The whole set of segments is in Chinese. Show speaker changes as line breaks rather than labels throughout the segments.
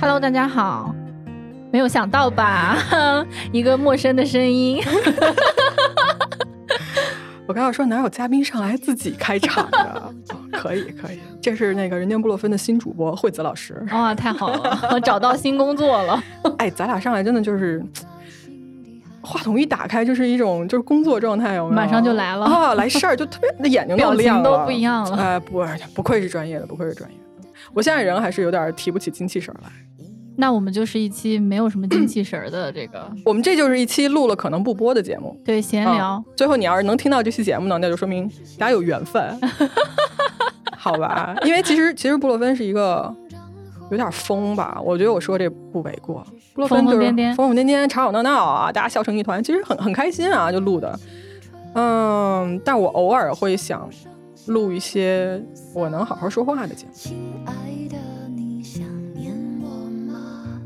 Hello，大家好。没有想到吧？ 一个陌生的声音。
我刚要说哪有嘉宾上来自己开场 的？哦可以可以，这是那个人间布洛芬的新主播惠子老师。
哇、太好 了，我找到新工作了。
哎，咱俩上来真的就是，话筒一打开就是一种就是工作状态，有没有
马上就来了
啊，来事儿就特别那眼睛
表
都
情
亮了，
都不一样了
哎，不不愧是专业的，不愧是专业的。我现在人还是有点提不起精气神儿来。
那我们就是一期没有什么精气神儿的这个
我们这就是一期录了可能不播的节目，
对闲聊
啊。最后你要是能听到这期节目呢，那就说明大家有 缘分，好吧？因为其实其实布洛芬是一个有点疯吧，我觉得我说这不为过。布洛芬就是
疯疯癫癫
疯疯癫癫、吵吵闹闹啊，大家笑成一团，其实很很开心啊，就录的。嗯，但我偶尔会想录一些我能好好说话的节目。
亲爱的，你想念我吗？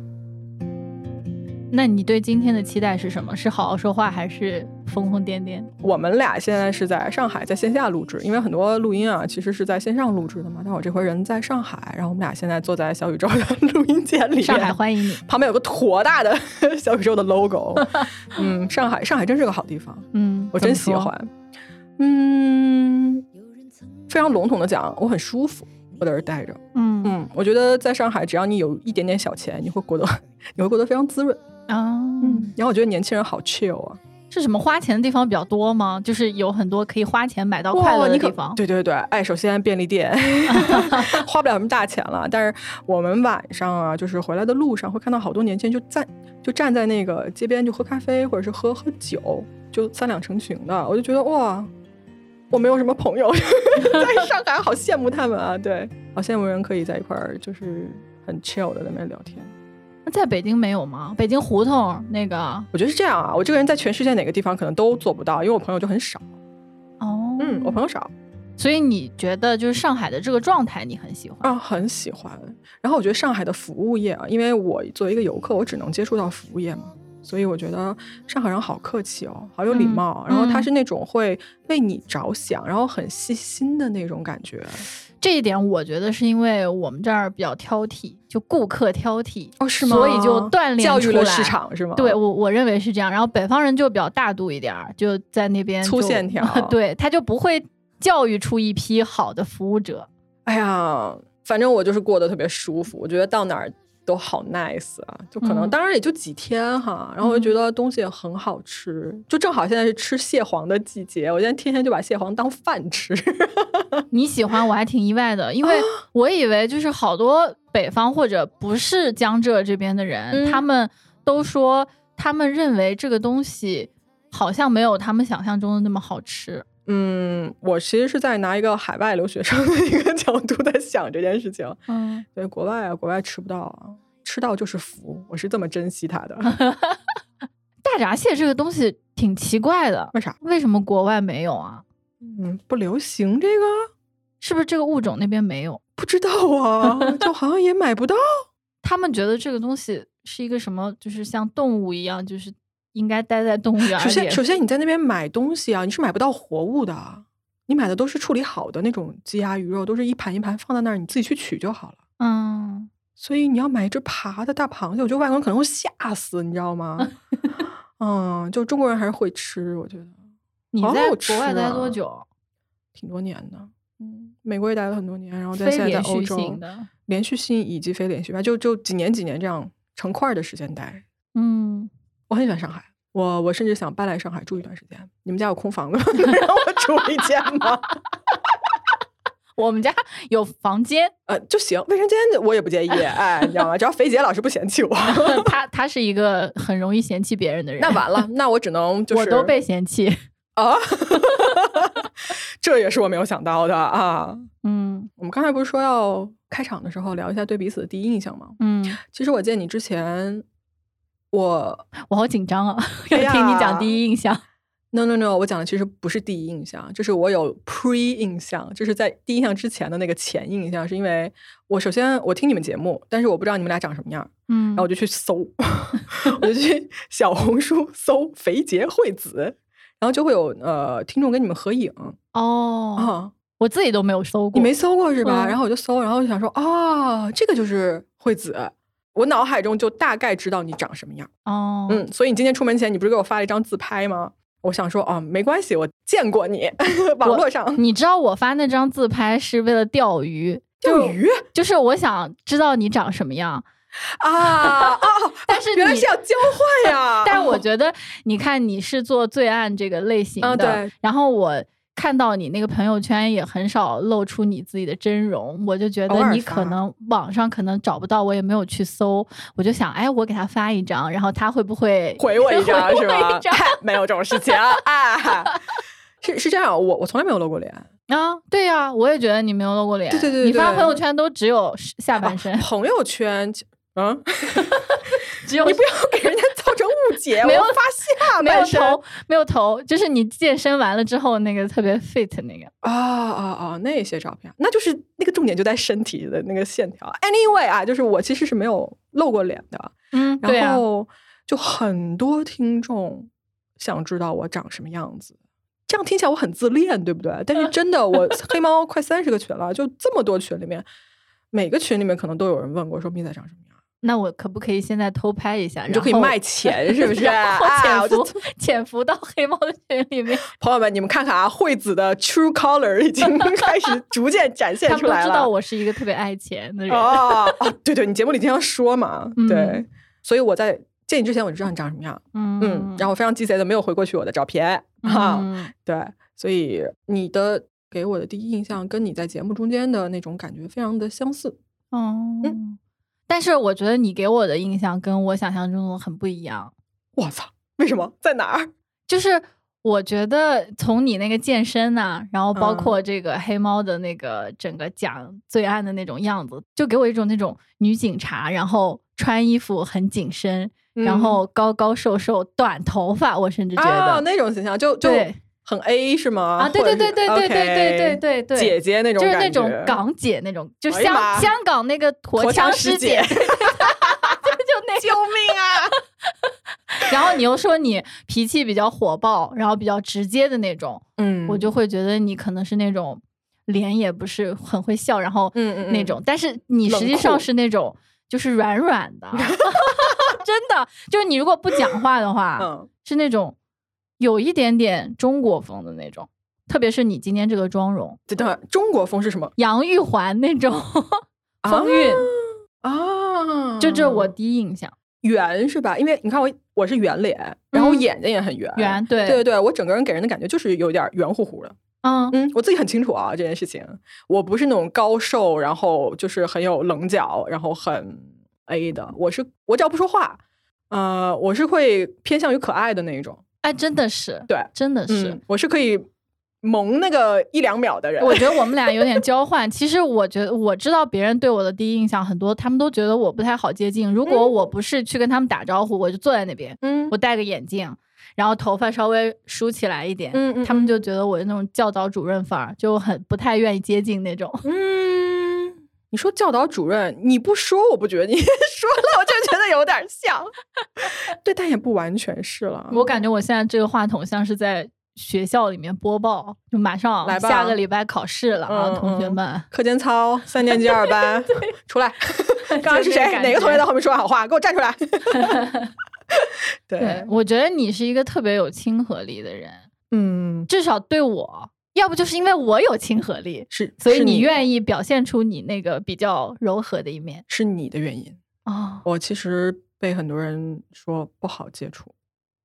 那你对今天的期待是什么？是好好说话，还是疯疯癫癫？
我们俩现在是在上海，在线下录制，因为很多录音啊，其实是在线上录制的嘛。但我这回人在上海，然后我们俩现在坐在小宇宙的录音间里，
上海欢迎 你。
旁边有个坨大的小宇宙的 logo。嗯，上海，上海真是个好地方，
嗯，
我真
怎
喜
么说。
欢。嗯，非常笼统的讲，我很舒服，我在这儿待着。
嗯
嗯，我觉得在上海，只要你有一点点小钱，你会过得 你会过得非常滋润。
啊，
嗯，然后我觉得年轻人好 chill 啊。
是什么花钱的地方比较多吗？就是有很多可以花钱买到快乐
哇
的
你可
地方。
对对对，哎，首先便 利店 花不了什么大钱了，但是我们晚上啊，就是回来的路上会看到好多年轻人就站就站在那个街边就喝咖啡或者是喝喝酒，就三两成群的，我就觉得哇。我没有什么朋友， 在上海好羡慕他们啊！对，好羡慕人可以在一块儿，就是很 chill 的在那边聊天。
那在北京没有吗？北京胡同那个
我觉得是这样啊，我这个人在全世界哪个地方可能都做不到，因为我朋友就很少。
哦，
嗯，我朋友少，
所以你觉得就是上海的这个状态你很喜欢？
啊，很喜欢。然后我觉得上海的服务业啊，因为我作为一个游客，我只能接触到服务业嘛，所以我觉得上海人好客气哦，好有礼
嗯
貌。然后他
嗯
是那种会为你着想，然后很细心的那种感觉。
这一点我觉得是因为我们这儿比较挑剔，就顾客挑剔，
哦，是吗？
所以就锻炼
教育
出
了
来
市。场是吗？
对我，我认为是这样。然后北方人就比较大度一点儿，就在那边
粗
就
线条
对他就不会教育出一批好的服务者。
哎呀，反正我就是过得特别舒服，我觉得到哪儿。都好 nice 啊，就可能、
嗯
当然也就几天哈，然后我就觉得东西也很好吃，就正好现在是吃蟹黄的季节，我现在天天就把蟹黄当饭吃。
你喜欢我还挺意外的，因
啊
为我以为就是好多北方或者不是江浙这边的人，
嗯
他们都说他们认为这个东西好像没有他们想象中的那么好吃。
嗯，我其实是在拿一个海外留学生的一个角度在想这件事情。
嗯，
对，国外啊，国外吃不到啊，吃到就是福，我是这么珍惜它的。
大闸蟹这个东西挺奇怪的，
为啥？
为什么国外没有啊？
嗯，不流行这个，
是不是这个物种那边没有？
不知道啊，就好像也买不到。
他们觉得这个东西是一个什么，就是像动物一样，就是应该待在动物园
首
里
先，。首先你在那边买东西啊，你是买不到活物的，啊你买的都是处理好的那种鸡鸭鱼肉，都是一盘一盘放在那儿，你自己去取就好了。
嗯，
所以你要买一只爬的大螃蟹，我觉得外国人可能会吓死，你知道吗？ 嗯，就中国人还是会吃，我觉得。
你
好
在
好
国外
吃
待
啊
多久？
挺多年的，嗯，美国也待了很多年，然后在
非
现在在
连
欧
续
洲
性，的。
连续性以及非连续吧，就就几年几年这样成块儿的时间待。
嗯，
我很喜欢上海，我我甚至想搬来上海住一段时间。你们家有空房子吗？ 能让我住一间吗？
我们家 有房 间，
呃，就行，卫生间我也不介意，哎，你知道吗？只要肥姐老师不嫌弃 我，
他他是一个很容易嫌弃别人的人，
那完了，那我只能就是
我都被嫌弃。
啊， 这也是我没有想到的啊。
嗯
我们刚才不是说要开场的时候聊一下对彼此的第一印象吗？
嗯，
其实我见你之前，我
我好紧张啊，要
哎
听
呀
你讲第一印象。
no no no，我讲的其实不是第一印象，就是我有 pre 印象，就是在第一印象之前的那个前印象，是因为我首先我听你们节目，但是我不知道你们俩长什么样儿，
嗯
然后我就去搜， 我就去小红书搜肥杰惠子，然后就会有呃听众跟你们合影
哦，
啊，
我自己都没有搜过，
你没搜过是吧？
嗯
然后我就搜，然后就想说，哦，这个就是惠子。我脑海中就大概知道你长什么样。
哦，
嗯，所以你今天出门前，你不是给我发了一张自拍吗？我想说啊，没关系，我见过你， 网络上
你知道我发那张自拍是为了钓鱼，
钓鱼
就是我想知道你长什么样，
啊啊！
但 是你！
原来是要交换呀
但我觉得，你看你是做罪案这个类型的，
啊对
然后我看到你那个朋友圈也很少露出你自己的真容，我就觉
偶
得
尔
你
发
可能网上可能找不到，我也没有去搜，我就想，哎，我给他发一张，然后他会不会
回我一张是吧
一？张
嗨没有这种事情啊！哎是是这样，我我从来没有露过脸。
啊？对呀、我也觉得你没有露过脸，
对对对对
你发
对
朋友圈都只有下半身，
啊朋友圈，嗯，
只有
你不要给人家造成误 解。
没有
我发下
没有
半身
头，没有头，就是你健身完了之后那个特别 fit 那个。
啊啊啊！那些照片，那就是那个重点就在身体的那个线条。Anyway 啊，就是我其实是没有露过脸的，
嗯，对
然
啊，
后就很多听众想知道我长什么样子。这样听起来我很自恋，对不对？但是真的， 我黑猫快三十个群了，就这么多群里面，每个群里面可能都有人问过，说蜜仔长什么样，
那我可不可以现在偷拍一下，
你就可以
啊然后
卖钱，是不 是？
然后
啊，我
潜
就
伏、潜伏到黑猫的群里面，
朋友们，你们看看啊，惠子的 True Color 已经 开始逐渐展现
他
出
不
来
知
了。
道我是一个特别爱钱的人。
哦哦，对对，你节目里经常说嘛，
嗯
对，所以我在见你之前我就知道你长什么样，
嗯
嗯，然后非常鸡贼的没有回过去我的照片，哈、
嗯
对，所以你的给我的第一印象跟你在节目中间的那种感觉非常的相似，
哦
嗯
但是我觉得你给我的印象跟我想象中的很不一样，
我操，为什么在哪儿？
就是。我觉得从你那个健身呐、然后包
嗯
括这个黑猫的那个整个讲罪案的那种样子，就给我一种那种女警察，然后穿衣服很紧身，然
嗯
后高高瘦瘦，短头发，我甚至觉得、
啊，那种形象就就
对
很 A 是吗？
啊对
或者
对
是
对对对对
OK，
对对对
姐姐那种
就是那
感
种
觉
港姐那种，就
哎呀
香、
妈
香港那个
陀
驼
枪
枪
师
师姐，
姐
就那
救命啊！
个。然后你又说你脾气比较火爆，然后比较直接的那种，
嗯
我就会觉得你可能是那种脸也不是很会笑，然后
嗯嗯嗯
那种，但是你实际
冷酷
上是那种就是软软的， 真的，就是你如果不讲话的话，
嗯
是那种有一点点中国风的那种，特别是你今天这个妆容，
这等会儿中国风是什么？
杨玉环那种风韵。
啊，
就这是我第一印象。
圆是吧？因为你看我我是圆脸，然后我
嗯
眼睛也很圆，
圆对
对对对，我整个人给人的感觉就是有点儿圆乎乎的。
嗯，
嗯，我自己很清楚啊这件事情，我不是那种高瘦，然后就是很有棱角，然后很 A 的，我是我只要不说话，呃，我是会偏向于可爱的那一种，
哎，真的是，
对，
真的是
嗯。，我是可以萌那个一两秒的人，
我觉得我们俩有点交换。其实我觉得我知道别人对我的第一印象很多，他们都觉得我不太好接近。如果我不是去跟他们打招呼，我就坐在那边，
嗯
我戴个眼镜，然后头发稍微梳起来一点，
嗯嗯
他们就觉得我是那种教导主任范儿，就很不太愿意接近那种。
嗯，你说教导主任，你不说我不觉得，你 说了我就觉得有点像。 对，但也不完全是了。
我感觉我现在这个话筒像是在学校里面播报，就马上
来吧
下个礼拜考试了啊，
嗯
同学
嗯
们。
课间操三年级二班出来，刚刚是
就
谁
那个？感
哪个同
觉
学在后面说好话？给我站出来！
对
对，，
我觉得你是一个特别有亲和力的人，
嗯，
至少对我，要不就是因为我有亲和力，
是，
所以
是
你
你
愿意表现出你那个比较柔和的一面
是你的原因。
哦，
我其实被很多人说不好接触，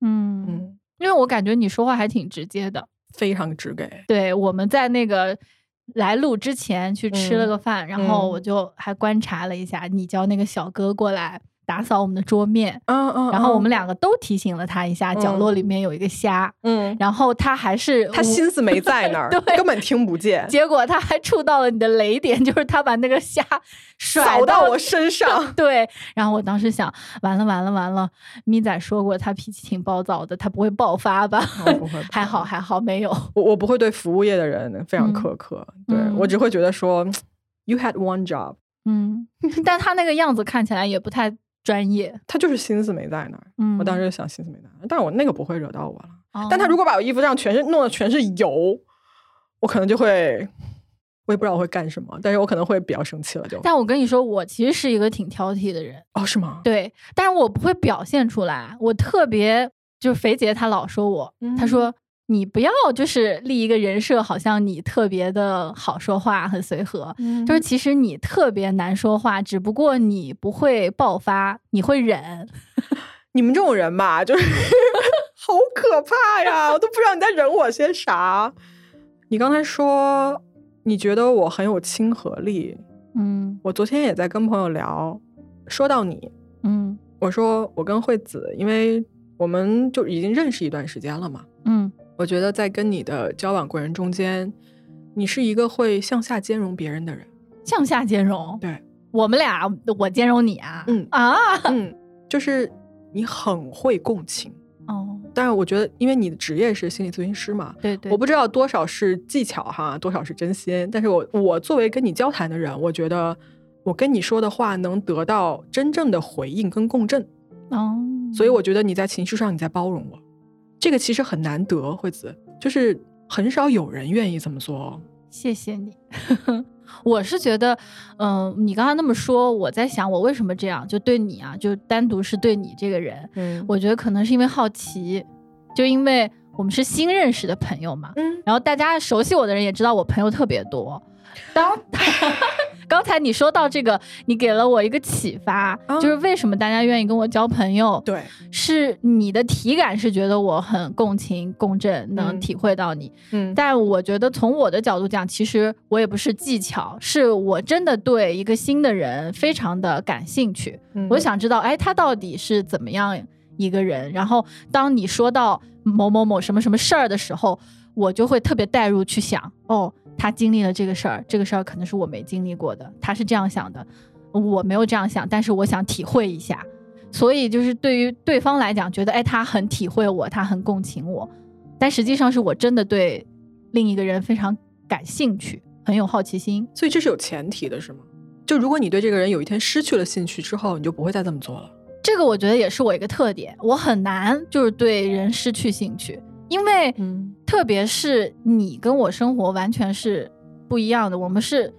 嗯，
嗯，
因为我感觉你说话还挺直接的。
非常直给。
对，我们在那个来录之前去吃了
嗯
个饭，然后我
嗯
就还观察了一下，你叫那个小哥过来打扫我们的桌面。
嗯嗯
然后我们
俩，
两个都提醒了他一下，角
嗯
落里面有一个虾，
嗯，
然后他还是
他
无
心思没在那 儿
对，
根本听 不见，
结果他还触到了你的雷点，就是他把那个虾甩
扫
到。
到我身上
对，然后我当时想，完了完了完了，咪仔说过他脾气挺暴躁的，他不会爆发吧？
哦不会
还好还好没有。
我我不会对服务业的人非常
嗯
苛刻，对、
嗯
我只会觉得说，you had one job，
嗯，但他那个样子看起来也不太专业。
他就是心思没在那儿。
嗯，
我当时就想心思没在那儿，但是我那个不会惹到我了。
哦，
但他如果把我衣服上全是弄的全是油，我可能就会我也不知道我会干什么，但是我可能会比较生气了就。
但我跟你说，我其实是一个挺挑剔的人，
哦，是吗？
对，但是我不会表现出来。我特别就是肥姐，她老说我，她
嗯
说你不要就是立一个人设，好像你特别的好说话，很随和。
嗯
就是其实你特别难说话，只不过你不会爆发，你会忍。
你们这种人吧，就是 好可怕呀！我都不知道你在忍我些啥。你刚才说你觉得我很有亲和力，
嗯
我昨天也在跟朋友聊，说到你，
嗯
我说我跟惠子，因为我们就已经认识一段时间了嘛，
嗯
我觉得在跟你的交往过程中间，你是一个会向下兼容别人的人。
向下兼容。
对，
我们俩我兼容你啊。
嗯
啊
嗯， 就是你很会共情。
哦，
但是我觉得，因为你的职业是心理咨询师嘛，
对对，
我不知道多少是技巧哈，多少是真心。但是我我作为跟你交谈的人，我觉得我跟你说的话能得到真正的回应跟共振，
哦，
所以我觉得你在情绪上你在包容我，这个其实很难得，惠子，就是很少有人愿意这么做哦。
谢谢你。 我是觉得，嗯、你刚才那么说，我在想我为什么这样，就对你啊，就单独是对你这个人，
嗯
我觉得可能是因为好奇，就因为我们是新认识的朋友嘛，
嗯，
然后大家熟悉我的人也知道我朋友特别多。 当刚才你说到这个，你给了我一个启发，
啊
就是为什么大家愿意跟我交朋友，
对，
是你的体感是觉得我很共情共振，能
嗯
体会到你。
嗯
但我觉得从我的角度讲，其实我也不是技巧，是我真的对一个新的人非常的感兴趣。
嗯
我想知道，哎，他到底是怎么样一个人？然后当你说到某某某什么什么事儿的时候，我就会特别带入去想，哦，他经历了这个事儿，这个事儿可能是我没经历过的，他是这样想的，我没有这样想，但是我想体会一下。所以就是对于对方来讲，觉得哎，他很体会我，他很共情我，但实际上是我真的对另一个人非常感兴趣，很有好奇心。
所以这是有前提的，是吗？就如果你对这个人有一天失去了兴趣之后，你就不会再这么做了。
这个我觉得也是我一个特点，我很难就是对人失去兴趣，因为
嗯
特别是你跟我生活完全是不一样的，我们是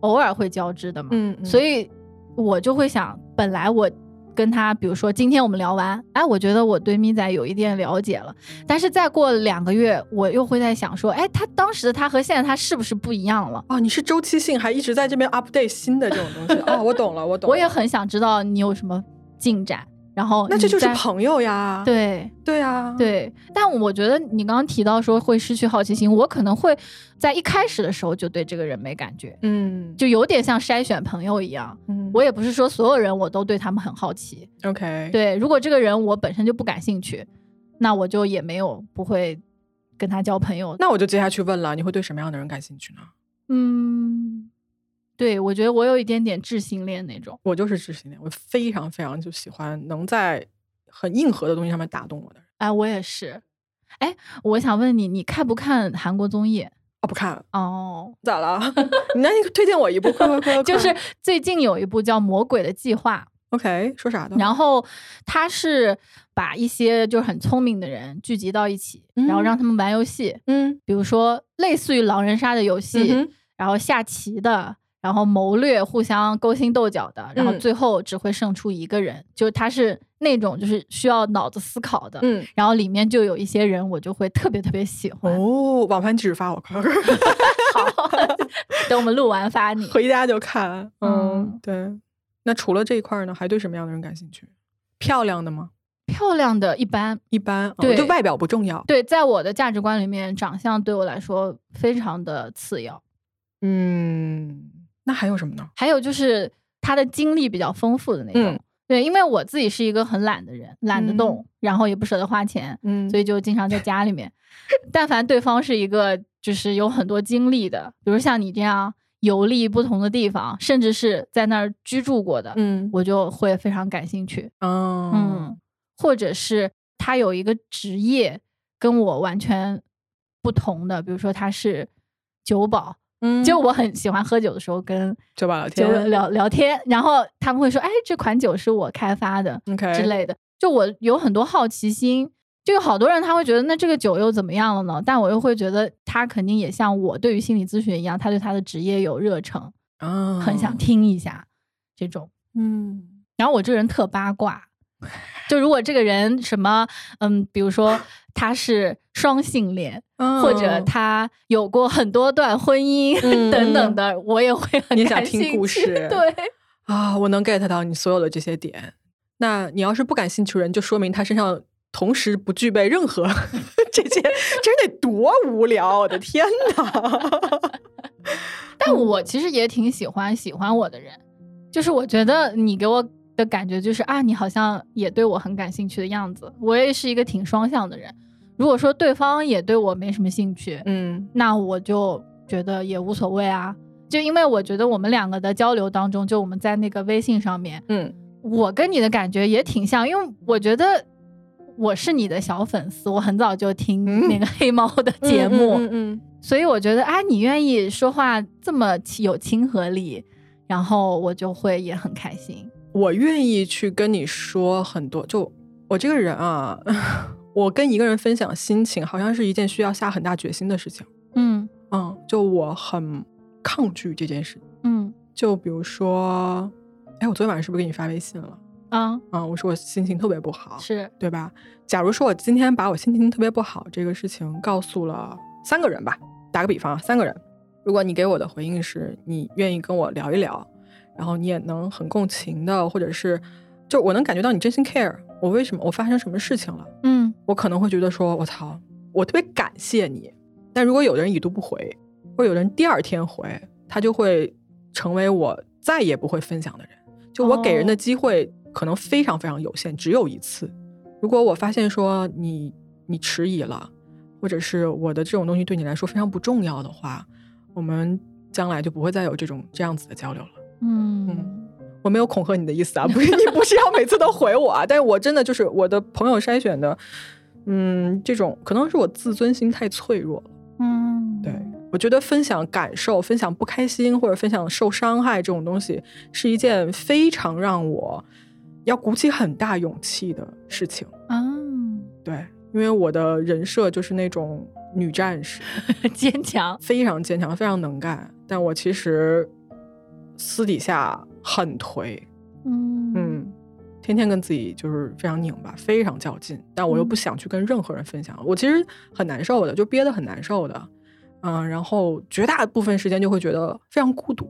偶尔会交织的嘛，
嗯
所
以
以我就会想，本来我跟他，比如说今天我们聊完，哎，我觉得我对咪仔有一点了解了，但是再过两个月，我又会在想说，哎，他当时的他和现在他是不是不一样了？
哦，你是周期性还一直在这边 update 新的这种东西哦，我懂了，我懂了。
我也很想知道你有什么进展，然后
那这
你
就是
再
朋友呀，
对。
对啊，，
对，但我觉得你刚刚提到说会失去好奇心，我可能会在一开始的时候就对这个人没感觉，
嗯，
就有点像筛选朋友一样。
嗯
我也不是说所有人我都对他们很好奇，
OK，，
对，如果这个人我本身就不感兴趣，那我就也没有不会跟他交朋友。
那我就接下去问了，你会对什么样的人感兴趣呢？
嗯，对，我觉得我有一点点智性恋那种。
我就是知性恋，我非常非常就喜欢能在很硬核的东西上面打动我的人。
哎，我也是。哎，我想问你，你看不看韩国综艺？
哦，不看了
哦，
咋了？ 你那你推荐我一部，快快快快快！
就是最近有一部叫《魔鬼的计划》。
OK，说啥的？
然后他是把一些就是很聪明的人聚集到一起，然后让他们玩游戏，
嗯，
比如说类似于狼人杀的游戏，
嗯哼
然后下棋的，然后谋略、互相勾心斗角的，然后
嗯
最后只会胜出一个人。就是他是那种就是需要脑子思考的，
嗯，
然后里面就有一些人我就会特别特别喜欢。
哦，网盘地址发我，快快快，
等我们录完发你。
回家就看。嗯
嗯，
对。那除了这一块儿呢，还对什么样的人感兴趣？漂亮的吗？
漂亮的一般，
一般，
对
哦就外表不重要。
对，在我的价值观里面，长相对我来说非常的次要。
嗯，那还有什么呢？
还有就是他的经历比较丰富的那种。
嗯
对，因为我自己是一个很懒的人，懒得动，然后也不舍得花钱，
嗯
所以就经常在家里 面。但凡对方是一个就是有很多经历的，比如像你这样游历不同的地方，甚至是在那儿居住过的，
嗯
我就会非常感兴趣。
嗯
嗯，或者是他有一个职业跟我完全不同的，比如说他是酒保，
嗯
就我很喜欢喝酒的时候跟
酒吧聊
就
天啊
聊聊天，然后他们会说：“哎，这款酒是我开发的
OK
之类的。就我有很多好奇心，就有好多人他会觉得，那这个酒又怎么样了呢？但我又会觉得，他肯定也像我对于心理咨询一样，他对他的职业有热忱，
啊，
很想听一下这种。
嗯，
然后我这个人特八卦，就如果这个人什么，嗯，比如 说他是双性恋，
嗯，
或者他有过很多段婚姻、
嗯
等等的，我也会很
你想
感
听
兴
故
趣
事
对，
啊，我能 get 到你所有的这些点。那你要是不感兴趣的人，就说明他身上同时不具备任何 这些，这得多无聊！我的天呐。
但
嗯
我其实也挺喜欢喜欢我的人，就是我觉得你给我的感觉就是啊，你好像也对我很感兴趣的样子。我也是一个挺双向的人，如果说对方也对我没什么兴趣，
嗯
那我就觉得也无所谓啊。就因为我觉得我们两个的交流当中，就我们在那个微信上面，
嗯
我跟你的感觉也挺像，因为我觉得我是你的小粉丝，我很早就听
嗯
那个黑猫的节目，
嗯嗯
所以我觉得啊，你愿意说话这么有亲和力，然后我就会也很开心。
我愿意去跟你说很多。就我这个人啊， 我跟一个人分享心情，好像是一件需要下很大决心的事情。
嗯
嗯，就我很抗拒这件事。
嗯
就比如说，哎，我昨天晚上是不是给你发微信了？
啊，
啊、我说我心情特别不好，
是
对吧？假如说我今天把我心情特别不好这个事情告诉了三个人吧，打个比方啊，三个人，如果你给我的回应是你愿意跟我聊一聊，然后你也能很共情的，或者是就我能感觉到你真心 care 我为什么我发生什么事情了，
嗯
我可能会觉得说我操，我特别感谢你。但如果有的人已读不回，或有的人第二天回，他就会成为我再也不会分享的人。就我给人的
哦
机会可能非常非常有限，只有一次。如果我发现说你你迟疑了，或者是我的这种东西对你来说非常不重要的话，我们将来就不会再有这种这样子的交流了。
嗯
我没有恐吓你的意思啊，不是 你不是要每次都回我啊， 但是我真的就是我的朋友筛选的，嗯，这种可能是我自尊心太脆弱了。
嗯，
对我觉得分享感受、分享不开心或者分享受伤害这种东西，是一件非常让我要鼓起很大勇气的事情。
啊，
对，因为我的人设就是那种女战士，
坚强。
非常坚强，非常能干，但我其实私底下很颓，
嗯
嗯，天天跟自己就是非常拧巴，非常较劲，但我又不
嗯
想去跟任何人分享，我其实很难受的，就憋得很难受的，嗯，然后绝大部分时间就会觉得非常孤独，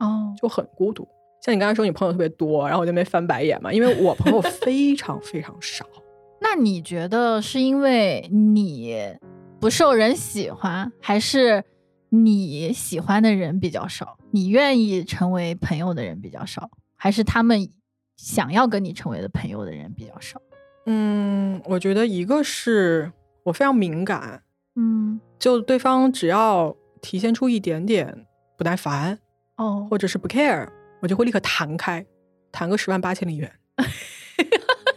哦，
就很孤独。像你刚才说你朋友特别多，然后我就没翻白眼嘛，因为我朋友非常非常少。
那你觉得是因为你不受人喜欢，还是你喜欢的人比较少，你愿意成为朋友的人比较少，还是他们想要跟你成为的朋友的人比较少？
嗯，我觉得一个是我非常敏感，
嗯，
就对方只要体现出一点点不耐烦
哦
或者是不 care，我就会立刻弹开，弹个十万八千里远。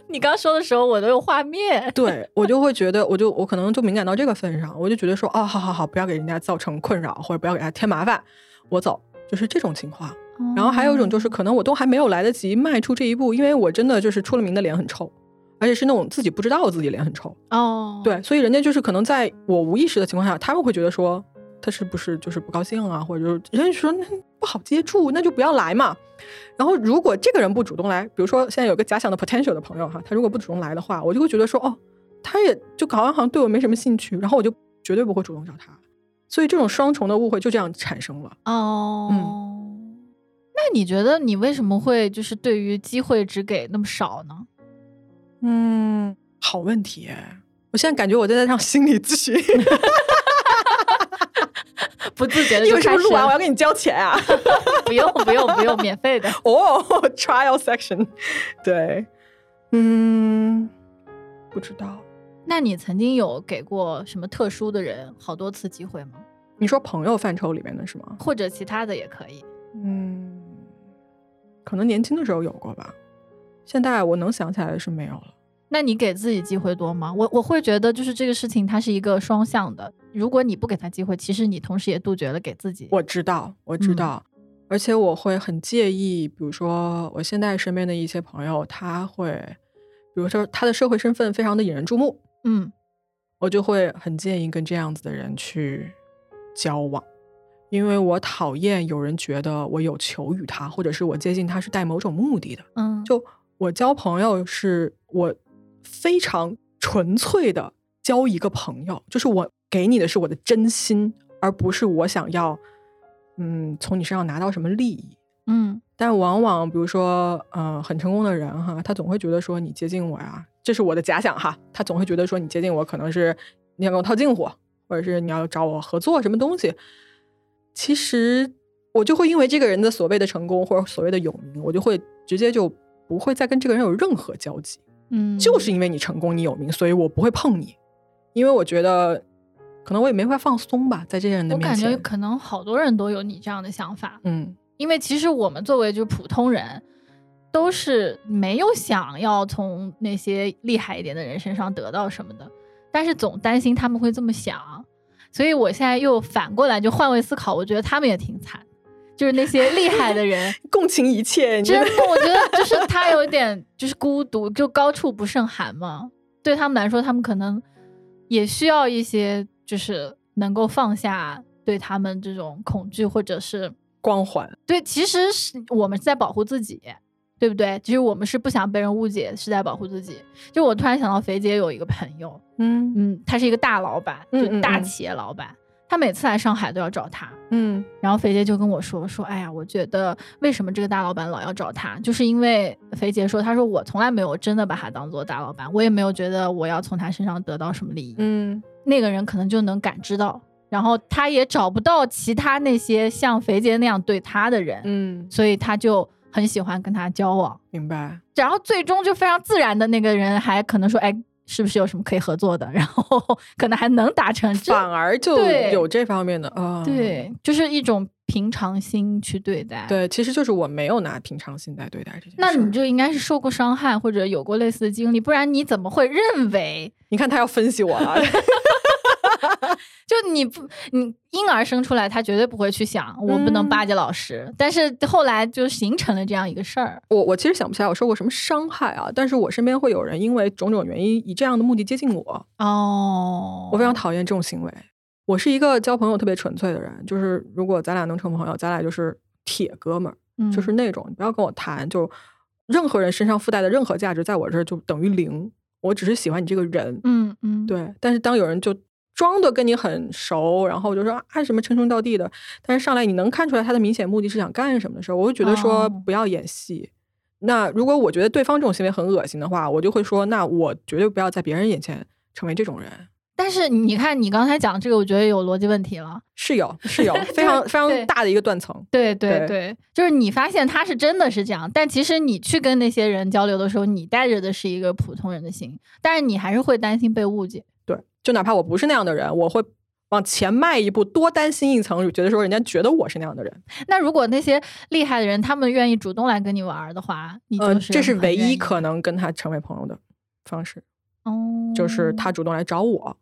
你刚说的时候，我都有画面。
对我就会觉得，我就我可能就敏感到这个份上，我就觉得说，哦，好好好，不要给人家造成困扰，或者不要给他添麻烦，我走，就是这种情况。
哦
然后还有一种就是，可能我都还没有来得及迈出这一步，因为我真的就是出了名的脸很臭，而且是那种自己不知道自己脸很臭。
哦，，
对，所以人家就是可能在我无意识的情况下，他们会觉得说他是不是就是不高兴啊，或者就是人家就说那不好接触，那就不要来嘛。然后如果这个人不主动来，比如说现在有个假想的 potential 的朋友哈，他如果不主动来的话，我就会觉得说哦，他也就好像好像对我没什么兴趣，然后我就绝对不会主动找他。所以这种双重的误会就这样产生了。
哦，
嗯
那你觉得你为什么会就是对于机会只给那么少呢？
嗯，好问题哎。我现在感觉我在上心理 咨询，
不自觉的
因
就
为是不
开
是
始
录完我要给你交钱啊？
不用不用 不用，免费的。
哦、t r i a l section，对，嗯，不知道。
那你曾经有给过什么特殊的人好多次机会吗？
你说朋友范畴里面的是吗？
或者其他的也可以。
嗯，可能年轻的时候有过吧，现在我能想起来的是没有了。
那你给自己机会多吗？我我会觉得就是这个事情它是一个双向的，如果你不给他机会，其实你同时也杜绝了给自己。
我知道，我知
嗯
道，而且我会很介意，比如说我现在身边的一些朋友，他会比如说他的社会身份非常的引人注目，
嗯
我就会很建议跟这样子的人去交往，因为我讨厌有人觉得我有求于他，或者是我接近他是带某种目的的。
嗯，
就我交朋友是我非常纯粹的交一个朋友，就是我给你的是我的真心，而不是我想要嗯从你身上拿到什么利益。
嗯
但往往，比如说，呃，很成功的人哈，他总会觉得说你接近我呀，这是我的假想哈，他总会觉得说你接近我可能是你要跟我套近乎，或者是你要找我合作什么东西。其实我就会因为这个人的所谓的成功或者所谓的有名，我就会直接就不会再跟这个人有任何交集。
嗯，
就是因为你成功，你有名，所以我不会碰你，因为我觉得可能我也没法放松吧，在这些人的
我
面
感
前。
觉可能好多人都有你这样的想法，
嗯
因为其实我们作为就是普通人，都是没有想要从那些厉害一点的人身上得到什么的，但是总担心他们会这么想，所以我现在又反过来就换位思考，我觉得他们也挺惨，就是那些厉害的人，
共情一切，你觉
真
得
的，我觉得就是他有点就是孤独，就高处不胜寒嘛。对他们来说，他们可能也需要一些，就是能够放下对他们这种恐惧，或者是
光环。
对，其实是我们是在保护自己，对不对？其实我们是不想被人误解，是在保护自己。就我突然想到，肥姐有一个朋友，
嗯
嗯，他是一个大老板，
嗯
就
嗯
大
嗯
企业老板，他每次来上海都要找他，
嗯，
然后肥姐就跟我说说，哎呀，我觉得为什么这个大老板老要找他，就是因为肥姐说，她说我从来没有真的把他当做大老板，我也没有觉得我要从他身上得到什么利益。
嗯
那个人可能就能感知到，然后他也找不到其他那些像肥姐那样对他的人，
嗯，
所以他就很喜欢跟他交往。
明白。
然后最终就非常自然的那个人还可能说，哎，是不是有什么可以合作的？然 后可能还能达成，这
反而就
对
有这方面的啊，
对，就是一种平常心去对待。。
对，其实就是我没有拿平常心在对待这件事儿。
那你就应该是受过伤害或者有过类似的经历，不然你怎么会认为
你看他要分析我 了，
就你不你婴儿生出来他绝对不会去想我不能巴结老师，但是后来就形成了这样一个事儿。
我我其实想不起来我受过什么伤害啊，但是我身边会有人因为种种原因以这样的目的接近我，
哦
我非常讨厌这种行为。我是一个交朋友特别纯粹的人，就是如果咱俩能成朋友，咱俩就是铁哥们儿，
厌
就是那种你不要跟我谈，就任何人身上附带的任何价值，在我这儿就等于零。我只是喜欢你这个人，
嗯嗯，
对，但是当有人就装的跟你很熟，然后就说啊什么称兄道弟的，但是上来你能看出来他的明显目的是想干什么的时候，我会觉得说
哦
不要演戏。那如果我觉得对方这种行为很恶心的话，我就会说，那我绝对不要在别人眼前成为这种人。
但是你看你刚才讲这个，我觉得有逻辑问题了。
是有是 有非常非
对
常大的一个断层，
对对对，
对
就是你发现他是真的是这样，但其实你去跟那些人交流的时候，你带着的是一个普通人的心，但是你还是会担心被误解。
对，就哪怕我不是那样的人，我会往前迈一步，多担心一层，觉得说人家觉得我是那样的人，
那如果那些厉害的人，他们愿意主动来跟你玩儿的话，你
嗯、呃，
就是、
这是唯一可，能跟他成为朋友的方式，
哦、
就是他，主动来找我，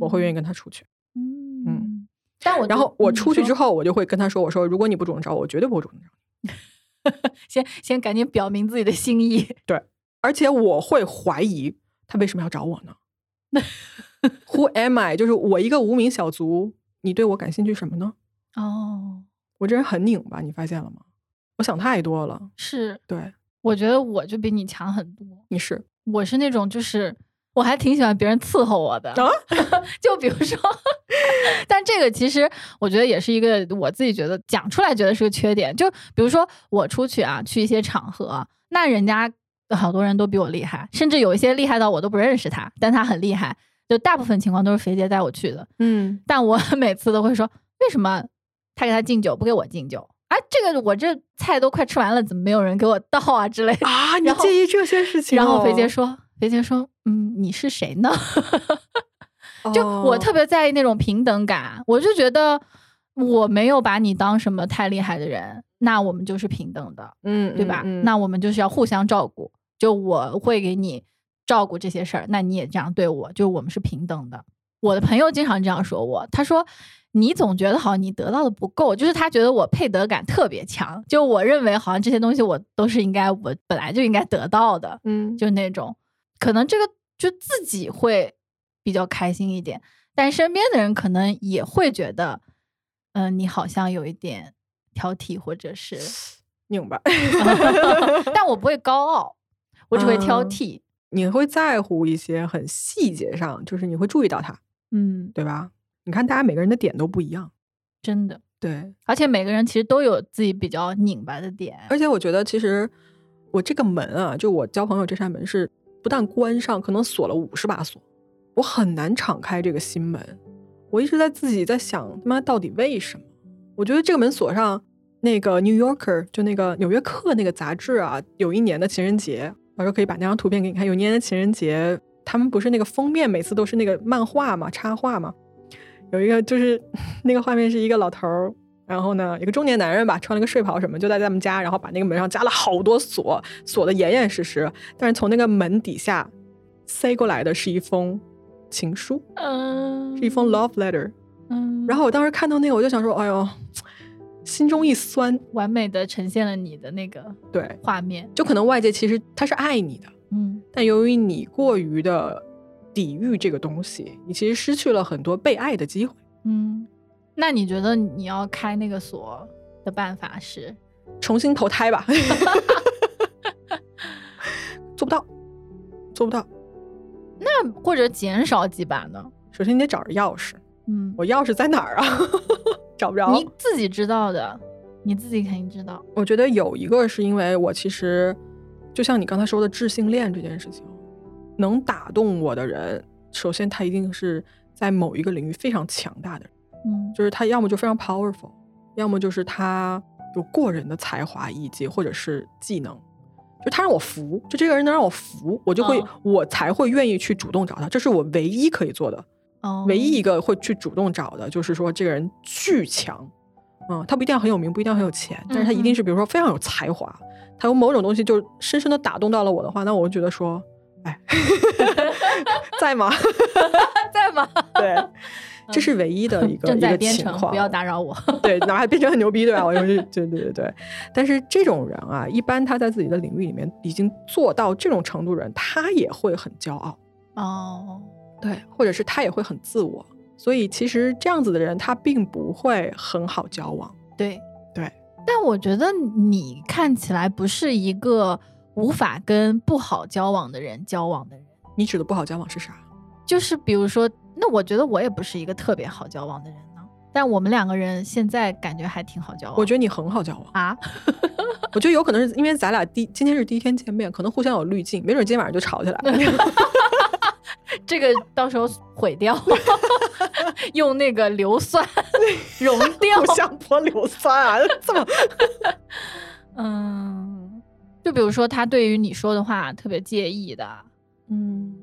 我会愿意
意，
跟他出去。
嗯
嗯
但我嗯
然后我出去之
后，
后，我就会跟他说：“我说，如果你不主动找我，我绝对不会主动找你。
先先赶紧表明自己的心意。
而且我会怀疑他为什么要找 我呢？Who am I？就是我一个无名小卒，你对我感兴趣什么呢？
哦，
我这人很拧巴，你发现了吗？我想太多了。
是，
对，
我觉得我就比你强很多。
你是
我是那种就是。我还挺喜欢别人伺候我的，
啊
就比如说， 但这个其实我觉得也是一个我自己觉得讲出来觉得是个缺点。就比如说我出去啊，去一些场合，那人家好多人都比我厉害，甚至有一些厉害到我都不认识他，但他很厉害。就大部分情况都是肥姐带我去的，
嗯，
但我 每次都会说，为什么他给他敬酒不给我敬酒？啊，这个我这菜都快吃完了，怎么没有人给我倒啊之类的？
啊，你
然后
介意这些事情哦、
然后肥姐说，肥姐说，嗯，你是谁呢？ 就我
哦
特别在意那种平等感，我就觉得我没有把你当什么太厉害的人，那我们就是平等的，
嗯，
对吧？
嗯嗯
那我们就是要互相照顾，就我会给你照顾这些事儿，那你也这样对我，就我们是平等的。我的朋友经常这样说我，他说。你总觉得好像你得到的不够，就是他觉得我配得感特别强，就我认为好像这些东西我都是应该我本来就应该得到的，
嗯
就那种。可能这个就自己会比较开心一点，但身边的人可能也会觉得，嗯、你好像有一点挑剔，或者 是，
明白。
但我不会高傲，我只会挑
嗯
剔。
你会在乎一些很细节上，就是你会注意到它，
嗯
对吧？你看大家每个人的点都不一样，
真的，
对。
而且每个人其实都有自己比较拧巴的点。
而且我觉得，其实我这个门啊，就我交朋友这扇门是不但关上，可能锁了五十把锁，我很难敞开这个心门。我一直在自己在想，他妈到底为什么？我觉得这个门锁上，那个《New Yorker》就那个《纽约客》那个杂志啊，有一年的情人节，到时候可以把那张图片给你看。有一年的情人节，他们不是那个封面每次都是那个漫画嘛，插画嘛，有一个就是 那个画面是一个老头儿，然后呢，一个中年男人吧，穿了个睡袍什么，就在他们家，然后把那个门上加了好多锁，锁的严严实实。但是从那个门底下塞过来的是一封情书，
嗯，
是一封 love letter。
嗯，
然后我当时看到那个，我就想说，哎呦，心中一酸。
完美的呈现了你的那个
对，
画面。
就可能外界其实他是爱你的，
嗯
但由于你过于的抵御这个东西，你其实失去了很多被爱的机会。
嗯，那你觉得你要开那个锁的办法是？
重新投胎吧， 做不到，做不到。
那或者减少几把呢？
首先你得找着钥匙，
嗯，
我钥匙在哪儿啊？ 找不着。
你自己知道的，你自己肯定知道。
我觉得有一个是因为我其实，就像你刚才说的智性恋这件事情，能打动我的人，首先他一定是在某一个领域非常强大的人，
嗯，
就是他要么就非常 powerful，要么就是他有过人的才华、以及或者是技能。就他让我服，就这个人能让我服，我就会，
嗯
我才会愿意去主动找他，这是我唯一可以做的。
哦，
唯一一个会去主动找的，就是说这个人巨强，嗯，他不一定要很有名，不一定要很有钱，但是他一
嗯
定是比如说非常有才华，他有某种东西就深深的打动到了我的话，那我就觉得说， 哎， 在吗？
在吗？
对，这是唯一的一个
嗯正
一个
在编
情
程，
况，
不要打扰我。
对，哪怕变成很牛逼，对吧？我就是对对对对。但是这种人啊，一般他在自己的领域里面已经做到这种程度的人，他也会很骄傲。
哦，
对，或者是他也会很自我。所以其实这样子的人，他并不会很好交往。
对
对。
但我觉得你看起来不是一个无法跟不好交往的人交往的人，
你指的不好交往是啥？
就是比如说，那我觉得我也不是一个特别好交往的人呢。但我们两个人现在感觉还挺好交往。
我觉得你很好交往，
啊，
我觉得有可能是因为咱俩第今天是第一天见面，可能互相有滤镜，没准今天晚上就吵起来 了。
这个到时候毁掉， 用那个硫酸 溶掉
互。相泼硫酸啊，这么
嗯，就比如说他对于你说的话特别介意的，
嗯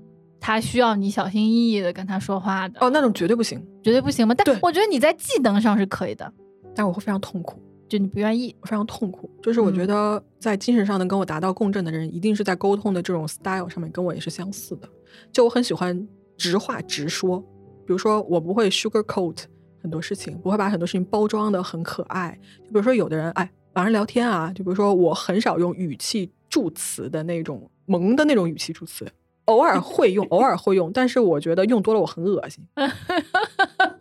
他需要你小心翼翼的跟他说话的，
哦，那种绝对不行，
绝对不行嘛。但
对
我觉得你在技能上是可以的，
但我会非常痛苦，
就你不愿意。
我非常痛苦。就是我觉得在精神上能跟我达到共振的人，一定是在沟通的这种 style 上面跟我也是相似的。就我很喜欢直话直说，比如说我不会 sugar coat 很多事情，不会把很多事情包装的很可爱。就比如说有的人，哎，晚上聊天啊，就比如说我很少用语气助词的那种萌的那种语气助词。偶尔会用，偶尔会用，但是我觉得用多了我很恶心。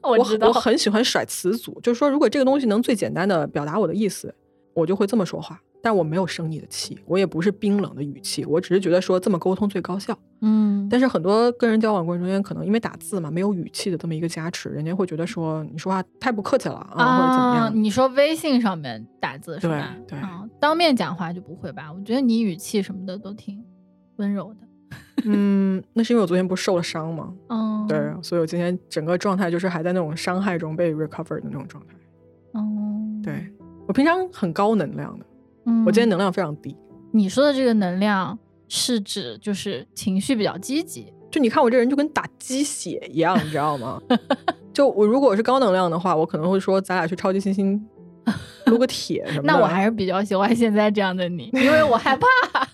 我
我
知
很
道
我，很喜欢甩词组，就是说，如果这个东西能最简单的表达我的意思，我就会这么说话。但我没有生你的气，我也不是冰冷的语气，我只是觉得说这么沟通最高效。
嗯，
但是很多跟人交往过程中间，可能因为打字嘛，没有语气的这么一个加持，人家会觉得说你说话太不客气了啊，或者怎么
啊，
样。
你说微信上面打字是吧？
对对
啊当面讲话就不会吧？我觉得你语气什么的都挺温柔的。
嗯，那是因为我昨天不是受了伤吗？
嗯，
对，所以我今天整个状态就是还在那种伤害中被 recover 的那种状态。
嗯，
对我平常很高能量的，
嗯，
我今天能量非常低。
你说的这个能量是指就是情绪比较积极，
就你看我这人就跟打鸡血 一样，你知道吗？就我如果我是高能量的话，我可能会说咱俩去超级星星撸个铁什么的。
那我还是比较喜欢现在这样的 你，因为我害怕，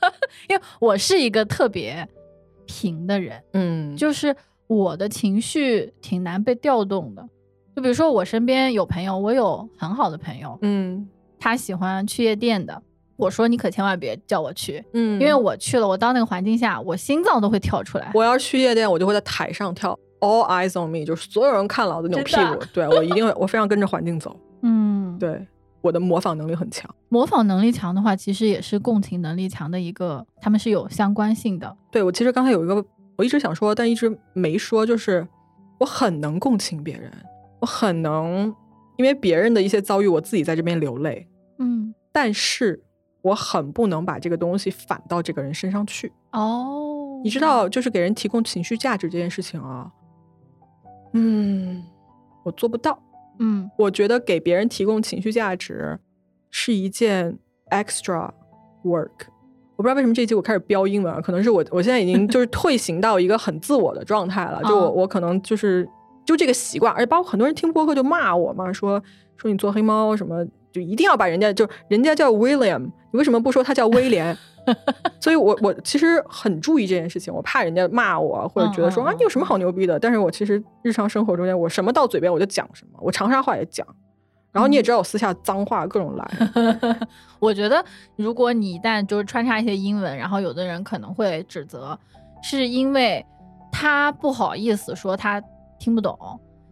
因为我是一个特别平的人，
嗯，
就是我的情绪挺难被调动的。就比如说我身边有朋友，我有很好的朋友，
嗯
他喜欢去夜店的，我说你可千万别叫我去，
嗯，
因为我去了，我到那个环境下，我心脏都会跳出来。
我要是去夜店，我就会在台上跳，All eyes on me，就是所有人看老子扭屁
真的
股。对我一定会，我非常跟着环境走。
嗯，
对，我的模仿能力很强。
模仿能力强的话，其实也是共情能力强的一个，他们是有相关性的。
对我其实刚才有一个，我一直想说，但一直没说，就是我很能共情别人，我很能因为别人的一些遭遇，我自己在这边流泪，
嗯，
但是我很不能把这个东西反到这个人身上去。
哦，
你知道，就是给人提供情绪价值这件事情啊，嗯，我做不到。
嗯，
我觉得给别人提供情绪价值是一件 extra work。我不知道为什么这一期我开始标英文啊，可能是我我现在已经就是退行到一个很自我的状态了，就我
哦
我可能就是就这个习惯，而且包括很多人听播客就骂我嘛，说说你做黑猫什么，就一定要把人家就人家叫 William，你为什么不说他叫威廉？所以我我其实很注意这件事情，我怕人家骂我或者觉得说
嗯嗯
啊
嗯
你有什么好牛逼的，但是我其实日常生活中间我什么到嘴边我就讲什么，我长沙话也讲，然后你也知道我私下脏话各种来，
我觉得，如果你一旦就是穿插一些英文，然后有的人可能会指责，是因为他不好意思说他听不懂。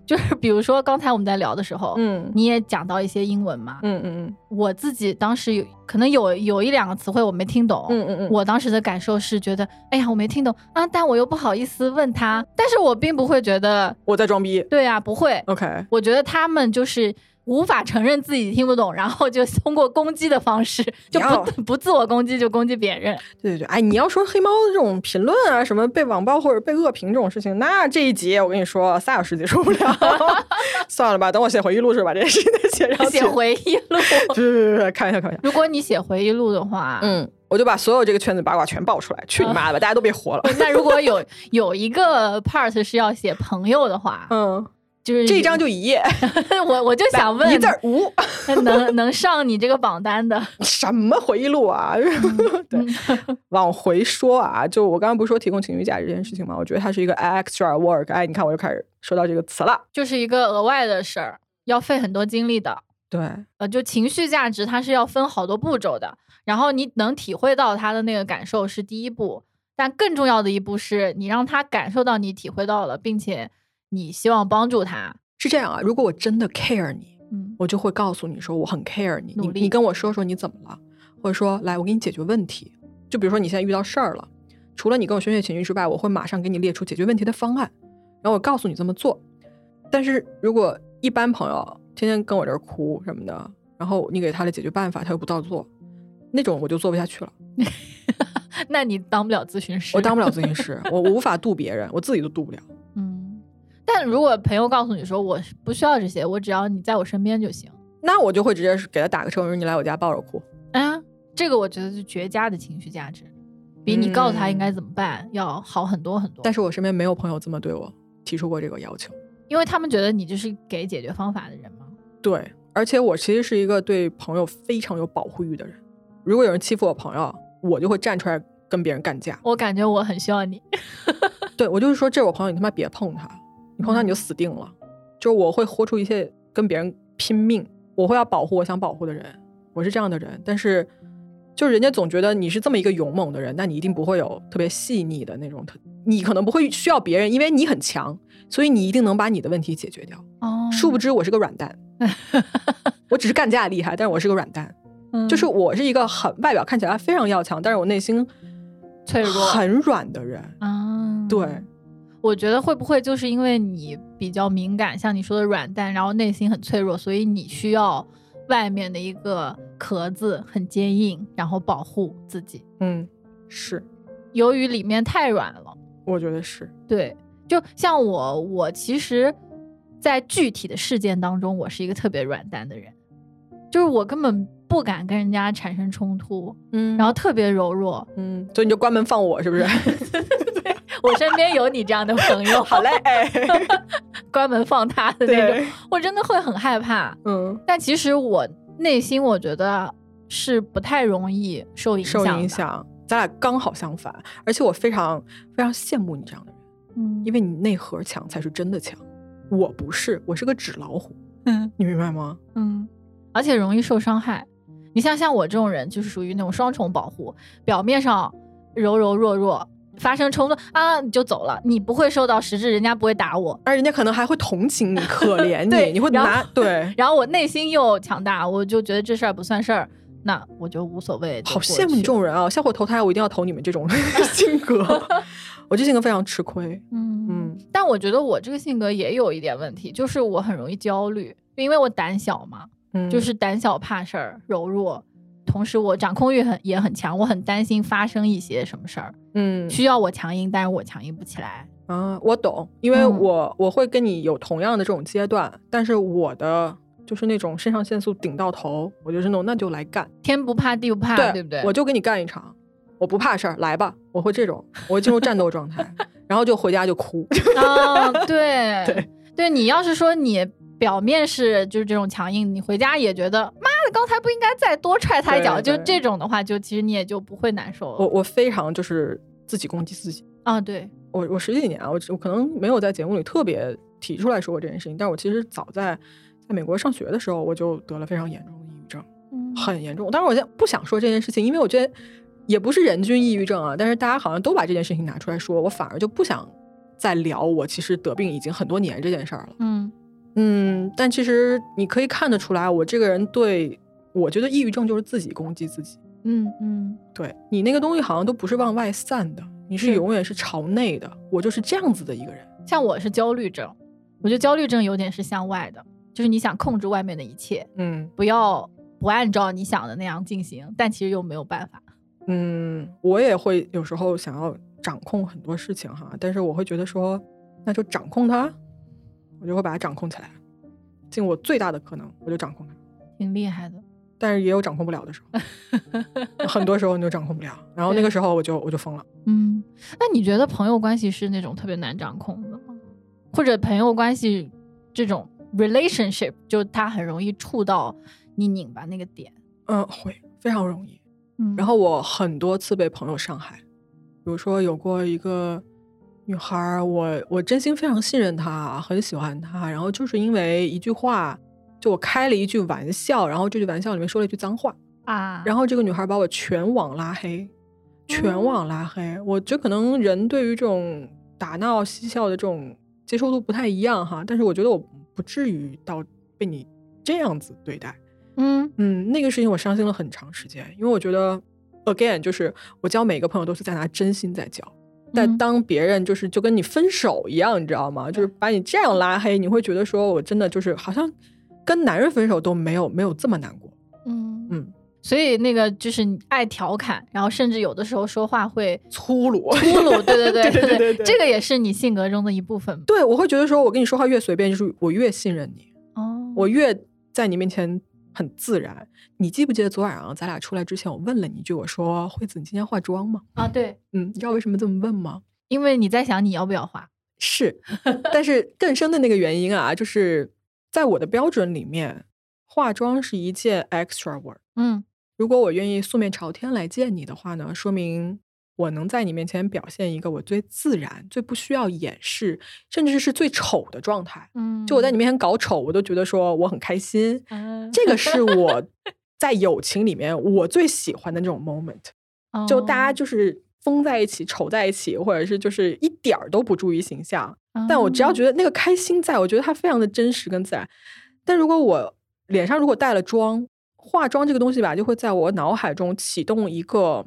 就是比如说刚才我们在聊的时候，
嗯
你也讲到一些英文嘛，
嗯嗯
我自己当时有可能有有一两个词汇我没听懂，
嗯嗯嗯嗯，
我当时的感受是觉得，哎呀，我没听懂啊，但我又不好意思问
嗯
他，但是我并不会觉得，
我在装逼
对啊，不会，
，OK，
我觉得他们就是无法承认自己听不懂，然后就通过攻击的方 式，就
要
不不自我攻击，就攻击别人。
对对对，哎，你要说黑猫这种评论啊，什么被网暴或者被恶评这种事情，那这一集我跟你说，仨小时结束不了， 算了吧，等我写回忆录的时候把这件事情写上去，
写回忆录，
别别别别，开玩笑开玩笑，
如果你写回忆录的话，
嗯，我就把所有这个圈子八卦全爆出来，去你妈的吧，大家都别活了。
那如果有有一个 part 是要写朋友的话，
嗯，
就是
这一章就一页，
我我就想问
一字儿无，
能能上你这个榜单的，嗯
什么回忆录啊？ 对，往回说啊，就我刚刚不是说提供情绪价值这件事情吗？我觉得它是一个 extra work。哎，你看我又开始说到这个词了。
就是一个额外的事儿，要费很多精力的。
对，
呃，就情绪价值，它是要分好多步骤的。然后你能体会到他的那个感受是第一步，但更重要的一步是你让他感受到你体会到了，并且你希望帮助他。
是这样啊。如果我真的 care 你，
嗯
我就会告诉你说我很 care 你，你
努力
你跟我说说你怎么了，或者说来我给你解决问题。就比如说你现在遇到事儿了，除了你跟我宣泄情绪之外，我会马上给你列出解决问题的方案，然后我告诉你怎么做。但是如果一般朋友天天跟我这儿哭什么的，然后你给他的解决办法他又不照做，那种我就做不下去了，
那你当不了咨询师，
我当不了咨询师，我我无法渡别人，我自己都渡不了。
嗯。但如果朋友告诉你说我是不需要这些，我只要你在我身边就行，
那我就会直接给他打个车，我说你来我家抱着哭。
嗯，这个我觉得是绝佳的情绪价值，比你告诉他应该怎么办、要好很多很多。
嗯但
是
是我身边没有朋友这么对我提出过这个要求。
因为他们觉得你就是给解决方法的人嘛，
对，而且我其实是一个对朋友非常有保护欲的人。如果有人欺负我朋友，我就会站出来跟别人干 架。
我感觉我很需要 你。
对我就是说，这是我朋友，你他妈别碰他，你碰他你就死定了。就是我会豁出一切跟别人拼命，我会要保护我想保护的人，我是这样的人。但是，就人家总觉得你是这么一个勇猛的人，那你一定不会有特别细腻的那种特，你可能不会需要别人，因为你很强，所以你一定能把你的问题解决掉。
哦
殊不知我是个 软蛋，我只是干架厉害，但是我是个软蛋。
嗯
就是我是一个很外表看起来非常要强，但是我内心
脆弱
很软的人。
啊，
对，
我觉得会不会就是因为你比较敏感，像你说的软蛋，然后内心很脆弱，所以你需要外面的一个壳子很坚硬，然后保护自己。
嗯，是，
由于里面太软了，
我觉得是，
对，就像我，我其实，在具体的事件当中，我是一个特别软蛋的人，就是我根本不敢跟人家产生冲突，
嗯
然后特别柔弱。
嗯，所以你就关门放我，是 不是？
我身边有你这样的朋友，
好嘞，哎，
关门放他的那种，
对，
我真的会很害怕。
嗯，
但其实我内心我觉得是不太容易受影响
受
的，
影响，咱俩刚好相反，而且我非常非常羡慕你这样的人，
嗯，
因为你内核强才是真的强，我不是，我是个纸老虎，
嗯
你明白吗？
嗯，而且容易受伤害。你像像我这种人，就是属于那种双重保护，表面上柔柔弱弱，发生冲突啊你就走了，你不会受到实质，人家不会打我。
而人家可能还会同情你、可怜你，
对
你会
然后
拿对，
然后我内心又强大，我就觉得这事儿不算事儿，那我就无所谓。
好羡慕你这，种人啊！下回我投胎，我一定要投你们这种 性格。我这性格非常吃亏，
嗯
嗯
但我觉得我这个性格也有一点问题，就是我很容易焦虑，因为我胆小嘛，
嗯，
就是胆小怕事儿、柔弱，同时我掌控欲很也很强，我很担心发生一些什么事儿
嗯
需要我强硬，但是我强硬不起来。
啊，我懂，因为
嗯
我、我会跟你有同样的这种阶段，但是我的就是那种肾上腺素顶到头，我就是那种那就来干，
天不怕地不怕，对不对？
我就跟你干一场，我不怕事儿，来吧，我会这种，我会进入战斗状态， 然后就回家就哭，
啊、对
对
对你要是说你表面是就是这种强硬，你回家也觉得妈的，刚才不应该再多踹他一脚，
对
就
对
这种的话，就其实你也就不会难受
我
了。
我非常就是自己攻击自己，
啊，对，
我我十几年啊，我我可能没有在节目里特别提出来说过这件事情，但我其实早在在美国上学的时候，我就得了非常严重的抑郁症。
嗯
很严重。当然，我现在不想说这件事情，因为我觉得也不是人均抑郁症啊，但是大家好像都把这件事情拿出来说，我反而就不想再聊我其实得病已经很多年这件事儿了。
嗯
嗯，但其实你可以看得出来，我这个人对我觉得抑郁症就是自己攻击自己，
嗯嗯，
对你那个东西好像都不是往外散的，你是
是
永远是朝内的。我就是这样子的一个人。
像我是焦虑症，我觉得焦虑症有点是向外的，就是你想控制外面的一切，
嗯
不要不按照你想的那样进行，但其实又没有办法。
嗯，我也会有时候想要掌控很多事情哈，但是我会觉得说，那就掌控它，我就会把它掌控起来，尽我最大的可能，我就掌控它。
挺厉害的，
但是也有掌控不了的时候，很多时候你就掌控不了，然后那个时候我就我就疯了。
嗯，那你觉得朋友关系是那种特别难掌控的吗？或者朋友关系这种 relationship，就它很容易触到你拧巴那个点，
嗯，会非常容易。
嗯，
然后我很多次被朋友伤害，比如说有过一个女孩儿，我我真心非常信任她，很喜欢她，然后就是因为一句话，就我开了一句玩笑，然后这句玩笑里面说了一句脏话，
啊，嗯
然后这个女孩把我全网拉黑，全网拉黑。我觉得可能人对于这种打闹嬉笑的这种接受度不太一样哈，但是我觉得我不至于到被你这样子对待。
嗯
嗯，那个事情我伤心了很长时间，因为我觉得，again，就是我交每个朋友都是在拿真心在交，但
嗯
当别人就是就跟你分手一样，你知道吗？就是把你这样拉黑，你会觉得说我真的就是好像跟男人分手都没有没有这么难过。
嗯
嗯，
所以那个就是你爱调侃，然后甚至有的时候说话会
粗鲁，
粗鲁， 对对 对
对对对对
对，这个也是你性格中的一部分嘛。
对我会觉得说我跟你说话越随便，就是我越信任你，
哦，
我越在你面前很自然。你记不记得昨晚上咱俩出来之前，我问了你一句，我说惠子，你今天化妆吗？
啊对，
嗯，你知道为什么这么问吗？
因为你在想你要不要花，
是，但是更深的那个原因啊，就是在我的标准里面，化妆是一件 extra work。
嗯
如果我愿意素面朝天来见你的话呢，说明我能在你面前表现一个我最自然、最不需要掩饰，甚至是最丑的状态。
嗯，
就我在你面前搞丑，我都觉得说我很开心。
嗯
这个是我在友情里面我最喜欢的那种 moment。
哦
就大家就是疯在一起、丑在一起，或者是就是一点儿都不注意形象。
哦
但我只要觉得那个开心在，我觉得它非常的真实跟自然。但如果我脸上如果带了妆，化妆这个东西吧，就会在我脑海中启动一个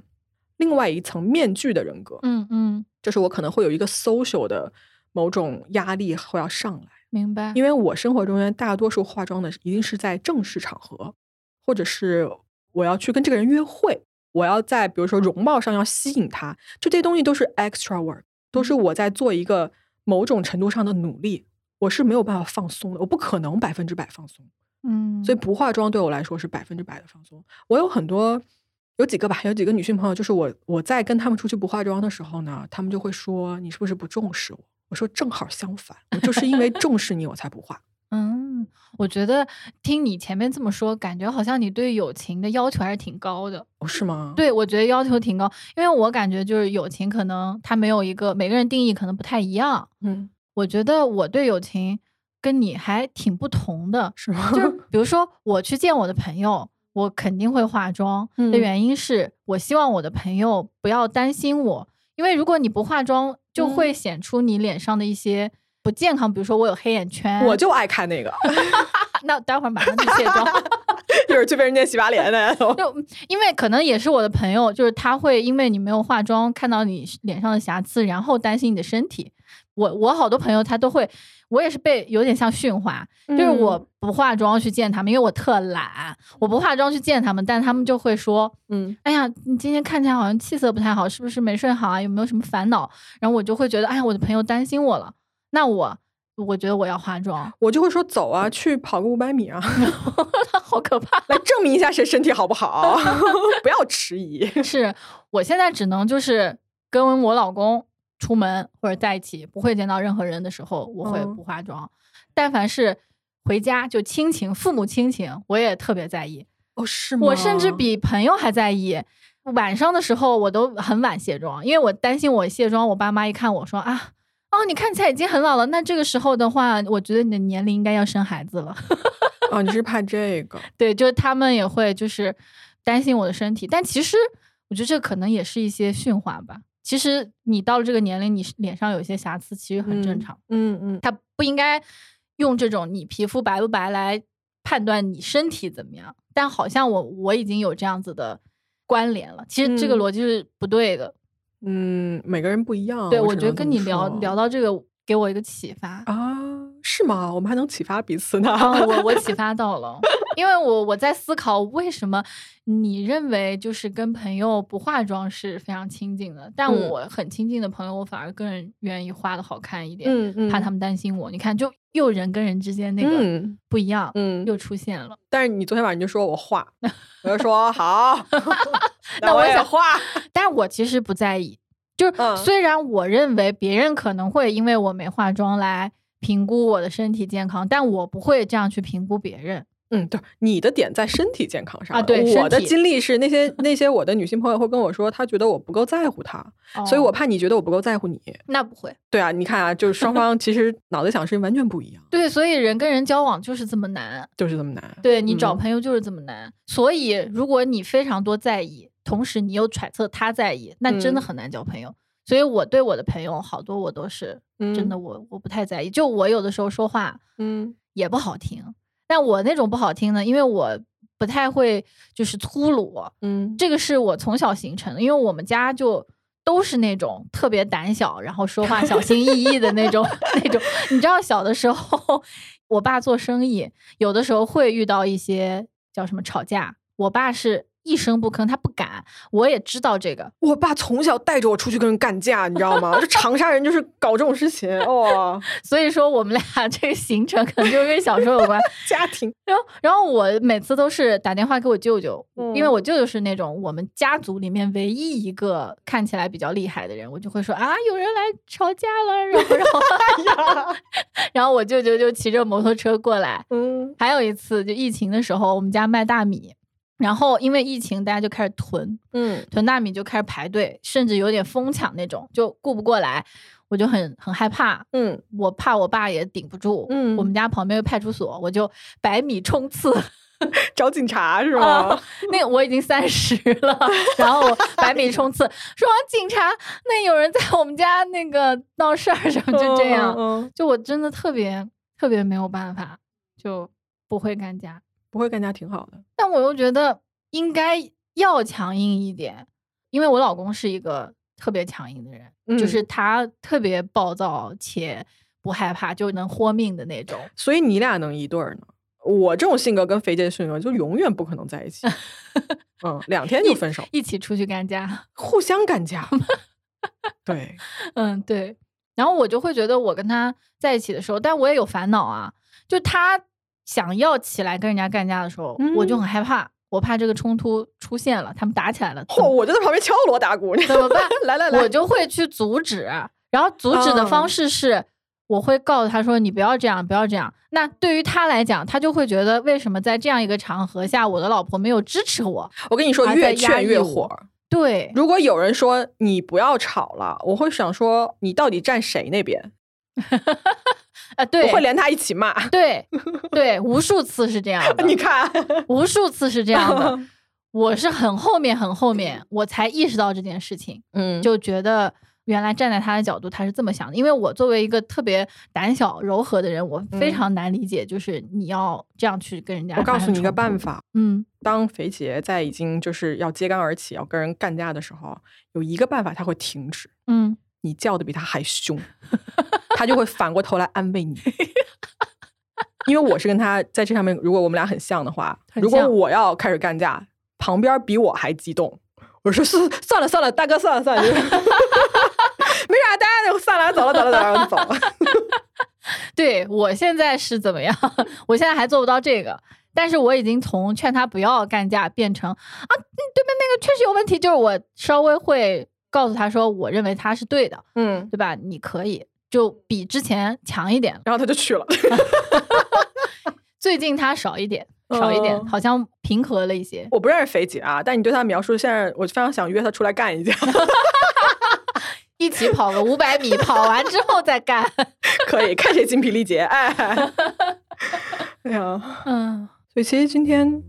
另外一层面具的人格，
嗯嗯，
就是我可能会有一个 social 的某种压力会要上来。
明白，
因为我生活中间大多数化妆的一定是在正式场合，或者是我要去跟这个人约会，我要在比如说容貌上要吸引他，就这些东西都是 extra work，都是我在做一个某种程度上的努力，我是没有办法放松的，我不可能百分之百放松，
嗯，
所以不化妆对我来说是百分之百的放松。我有很多。有几个吧，有几个女性朋友，就是我我在跟她们出去不化妆的时候呢，她们就会说你是不是不重视我？我说正好相反，我就是因为重视你，我才不化。
嗯，我觉得听你前面这么说，感觉好像你对友情的要求还是挺高的。
哦，是吗？，
对，我觉得要求挺高，因为我感觉就是友情可能它没有一个每个人定义可能不太一样。
嗯，
我觉得我对友情跟你还挺不同的，
是吗？
就是比如说我去见我的朋友，我肯定会化妆
嗯
的原因是我希望我的朋友不要担心我，因为如果你不化妆，就会
嗯
显出你脸上的一些不健康，比如说我有黑眼圈，
我就爱看那个，
那待会儿马上去卸妆，
一会儿去被人家洗把脸的。
就因为可能也是我的朋友，就是他会因为你没有化妆，看到你脸上的瑕疵，然后担心你的身体。我我好多朋友他都会，我也是被有点像驯化， 就是
嗯
我不化妆去见他们，因为我特懒，我不化妆去见他们，但他们就会说，
嗯，
哎呀，你今天看起来好像气色不太好，是不是没睡好啊？有没有什么烦恼？然后我就会觉得，哎呀，我的朋友担心我了，那我我觉得我要化妆，
我就会说走啊，去跑个五百米啊，
好可怕。
来证明一下谁身体好不好， 不要 迟疑。
是我现在只能就是跟我老公出门或者在一起，不会见到任何人的时候，我会
嗯
不化妆。但凡是回家就亲情、父母亲情，我也特别在意。
哦，是吗？
我甚至比朋友还在意。晚上的时候我都很晚卸妆，因为我担心我卸妆，我爸妈一看我说啊。哦，你看起来已经很老了，那这个时候的话，我觉得你的年龄应该要生孩子了。
哦，你是怕这个？
对，就是他们也会就是担心我的身体，但其实我觉得这可能也是一些驯化吧。其实你到了这个年龄，你是脸上有一些瑕疵，其实 很正常，
嗯嗯，
它不应该用这种你皮肤白不白来判断你身体怎么样。但好像我我已经有这样子的关联了，其实这个
嗯
逻辑是不对的。
嗯，每个人不一样。
对，
我
我
只
觉得
能这
跟
么
你聊
说
聊到这个，给我一个启发。
啊，是吗？我们还能启发彼此呢。
啊， 我我启发到了，因为我我在思考为什么你认为就是跟朋友不化妆是非常亲近的，但
嗯
我很亲近的朋友，我反而更愿意化的好看一点，
嗯嗯，
怕他们担心我。你看，就又人跟人之间那个
嗯
不一样，
嗯，
又出现了。
但是你昨天晚上就说 我画，我就说好，
那我
我也
想
画。
但是我其实不在意，就是、
嗯
虽然我认为别人可能会因为我没化妆来评估我的身体健康，但我不会这样去评估别人。
嗯，对，你的点在身体健康上
啊
了
对
我
身
的
体
经历是那些那些我的女性朋友会跟我说，她觉得我不够在乎她，所以我
哦
怕你觉得我不够在乎你。
那不会。
对啊，你看啊，就是 双方其实脑袋想的事情完全不一样，
对，所以人跟人交往就是这么难。
就是这么难。
对你找
嗯
朋友就是这么难。所以，如果你非常多在意，同时你又揣测他在意，那真的
嗯
很难交朋友。所以，我对我的朋友好多我都是真的
嗯
我，我不太在意。就我有的时候说话
嗯
也不好听，但我那种不好听呢，因为我不太会就是粗鲁，
嗯，
这个是我从小形成的，因为我们家就。都是那种特别胆小，然后说话小心翼翼的那种 那种。你知道，小的时候，我爸做生意，有的时候会遇到一些叫什么吵架。我爸是一声不吭，他不敢。我也知道这个，
我爸从小带着我出去跟人干架，你知道吗？这长沙人就是搞这种事情哦，
所以说我们俩 这个行程可能就是跟小时候有关。
家庭
然后，然后我每次都是打电话给我舅舅，因为
嗯
我舅舅是那种我们家族里面唯一一个看起来比较厉害的人，我就会说啊，有人来吵架了，然后，然后然后我舅舅就骑着摩托车过来。
嗯
还有一次，就疫情的时候，我们家卖大米，然后因为疫情，大家就开始囤，
嗯
囤大米就开始排队，甚至有点疯抢那种，就顾不过来，我就很很害怕，
嗯，
我怕我爸也顶不住，
嗯
我们家旁边有派出所，我就百米冲 刺，
找警察是吗
啊？那个我已经三十 了，然后我百米冲刺，说警察，那有人在我们家那个闹事儿什么，就这样，
嗯嗯嗯
就我真的特别特别没有办法，就不会干架，
不会干架挺好的。
但我又觉得应该要强硬一点，因为我老公是一个特别强硬的人，就
嗯
是他特别暴躁且不害怕，就能豁命的那种。
所以你俩能一对儿呢？我这种性格跟肥姐性格就永远不可能在 一起，嗯，两天就分手，
一起出去干架。
互相干架。 对，
嗯，对。然后我就会觉得我跟他在一起的时候，但我也有烦恼啊，就他想要起来跟人家干架的时候，我就
嗯
很害怕，我怕这个冲突出现了，他们打起来了，怎
嚯、
么
我就在旁边敲锣打鼓，
怎么办？
来来来，
我就会去阻止。然后阻止的
嗯
方式是，我会告诉他说：“你不要这样，不要这样。”那对于他来讲，他就会觉得为什么在这样一个场合下，我的老婆没有支持我？
我跟你说，
还在
越
压
劝
抑
越
我
火。
对，
如果有人说你不要吵了，我会想说你到底站谁那边？
啊，
不
对，
会连他一起 骂。
对对，无数次是这样的，
你看，
无数次是这样 的。我是很后面很后面我才意识到这件事情，
嗯
就觉得原来站在他的角度他是这么想的。因为我作为一个特别胆小柔和的人，我非
嗯
常难理解，就是你要这样去跟人家。
我告诉你一个办，法，
嗯，
当肥杰在已经就是要揭竿而起，要跟人干架的时候，有一个办法他会停止。
嗯，
你叫的比他还凶， 他就会反过头来安慰你。因为我是跟他在这上面，如果我们俩很像的话，
很
如果
像
我要开始干架，旁边比我还激动，我说是算了算了，大哥算了算了，就是 没啥，大家就散了，走了走了走了，我就走了。
对我现在是怎么样？ 我现在还做不到这个，但是我已经从劝他不要干架变成啊，嗯对面那个确实有问题，就是我稍微会告诉他说，我认为他是对的，
嗯，
对吧？你可以就比之前强一点了。
然后他就去了。
最近他少一点，少一点，
嗯
好像平和了一些。
我不认识肥姐啊，但你对她描述，现在我非常想约她出来干一架，
一起跑个五百米，跑完之后再干。
可以看谁精疲力竭。哎， 哎呀，
嗯
所以其实今天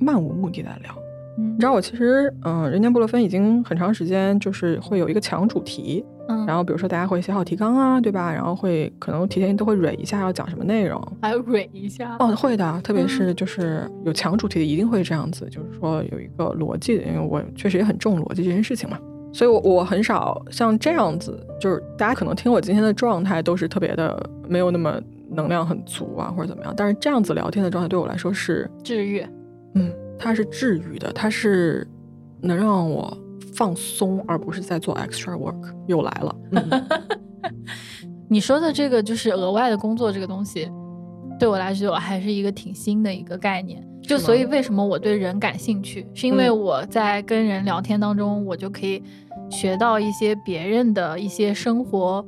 漫无目的的聊。
嗯
你知道我其实，嗯、人间布洛芬已经很长时间就是会有一个强主题，
嗯，
然后比如说大家会写好提纲啊，对吧？然后会可能提前都会蕊一下要讲什么内容。
还蕊一下。
哦，会的，特别是就是有强主题的一定会这样子，就是说有一个逻辑，因为我确实也很重逻辑这件事情嘛，所以我我很少像这样子，就是大家可能听我今天的状态都是特别的没有那么能量很足啊或者怎么样，但是这样子聊天的状态对我来说是
治愈。
嗯，它是治愈的，它是能让我放松，而不是在做 extra work。又来了，嗯
你说的这个就是额外的工作这个东西，对我来说还是一个挺新的一个概念。就所以为什么我对人感兴趣，是因为
嗯
我在跟人聊天当中，我就可以学到一些别人的一些生活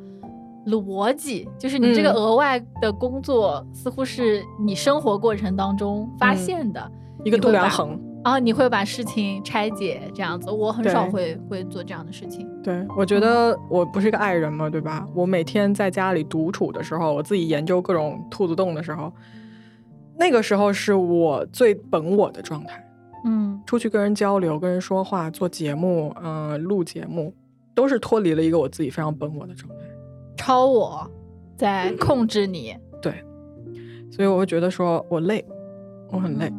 逻辑，就是你这个
嗯
额外的工作似乎是你生活过程当中发
嗯
现的。
一个
你
度
会
量
把
衡。
然后你会把事情拆解这样子，我很
对
少会会做这样的事情。
对，我觉得我不是个爱人嘛，对吧？我每天在家里独处的时候，我自己研究各种兔子洞的时候，那个时候是我最本我的状态。
嗯
出去跟人交流、跟人说话、做节目、嗯、录节目，都是脱离了一个我自己非常本我的状态。，
超我在控制你，
所以我会觉得说我累，我很累。
嗯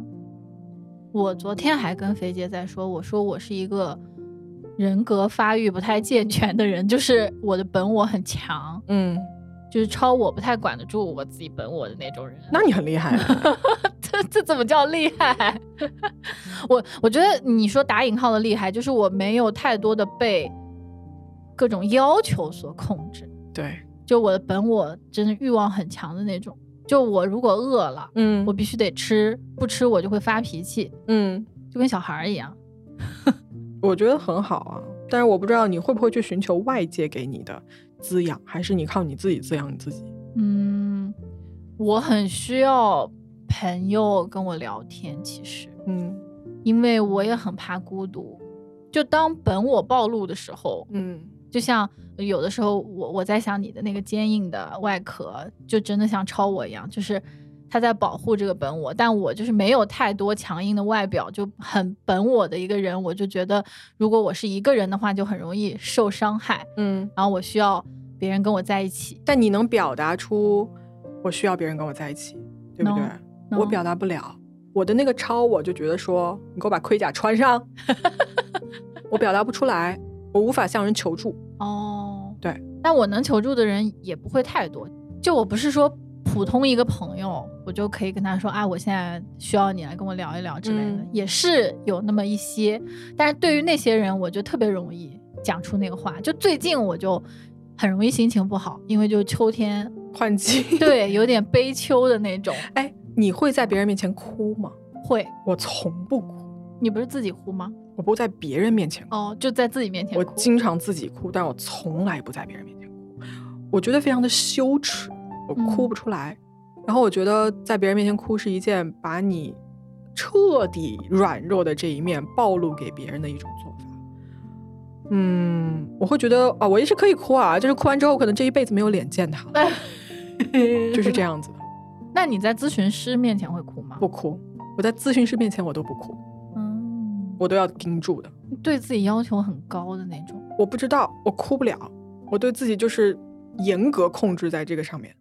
我昨天还跟肥姐在说，我说我是一个人格发育不太健全的人，就是我的本我很强，
嗯，
就是超我不太管得住我自己本我的那种人。
那你很厉害、啊。
这这怎么叫厉害？ 我我觉得你说打引号的厉害，就是我没有太多的被各种要求所控制，
对，
就我的本我真的欲望很强的那种。就我如果饿了，
嗯
我必须得吃，不吃我就会发脾气，
嗯，
就跟小孩儿一样。
我觉得很好啊。但是我不知道你会不会去寻求外界给你的滋养，还是你靠你自己滋养你自己。
嗯，我很需要朋友跟我聊天，其实，
嗯
因为我也很怕孤独。就当本我暴露的时候，
嗯
就像呃有的时候我我在想你的那个坚硬的外壳，就真的像超我一样，就是他在保护这个本我，但我就是没有太多强硬的外表，就很本我的一个人，我就觉得如果我是一个人的话，就很容易受伤害，
嗯。
然后我需要别人跟我在一起。
但你能表达出我需要别人跟我在一起，对不对
No，
我
嗯
表达不了，我的那个超我就觉得说，你给我把盔甲穿上， 我表达不出来，我无法向人求助。
哦，
对，
但我能求助的人也不会太多。就我不是说普通一个朋友，我就可以跟他说啊，我现在需要你来跟我聊一聊之类的，
嗯
也是有那么一些。但是对于那些人，我就特别容易讲出那个话。就最近我就很容易心情不好，因为就秋 天，
换季，
对，有点悲秋的那种。
哎，你会在别人面前哭吗？
会，
我从不哭，
你不是自己哭吗？
我不在别人面前哭。
哦，就在自己面前
我
哭。
经常自己哭，但我从来不在别人面前哭，我觉得非常的羞耻，我哭
嗯
不出来。然后我觉得在别人面前哭是一件把你彻底软弱的这一面暴露给别人的一种做法。哦嗯，我会觉得啊，我也是可以哭啊，就是哭完之后可能这一辈子没有脸见他了。就是这样子的。
哎那你在咨询师面前会哭吗？
不，哭，我在咨询师面前我都不哭，
嗯，
我都要盯住的。
对自己要求很高的那种。
我不知道，我哭不了，我对自己就是严格控制在这个上面，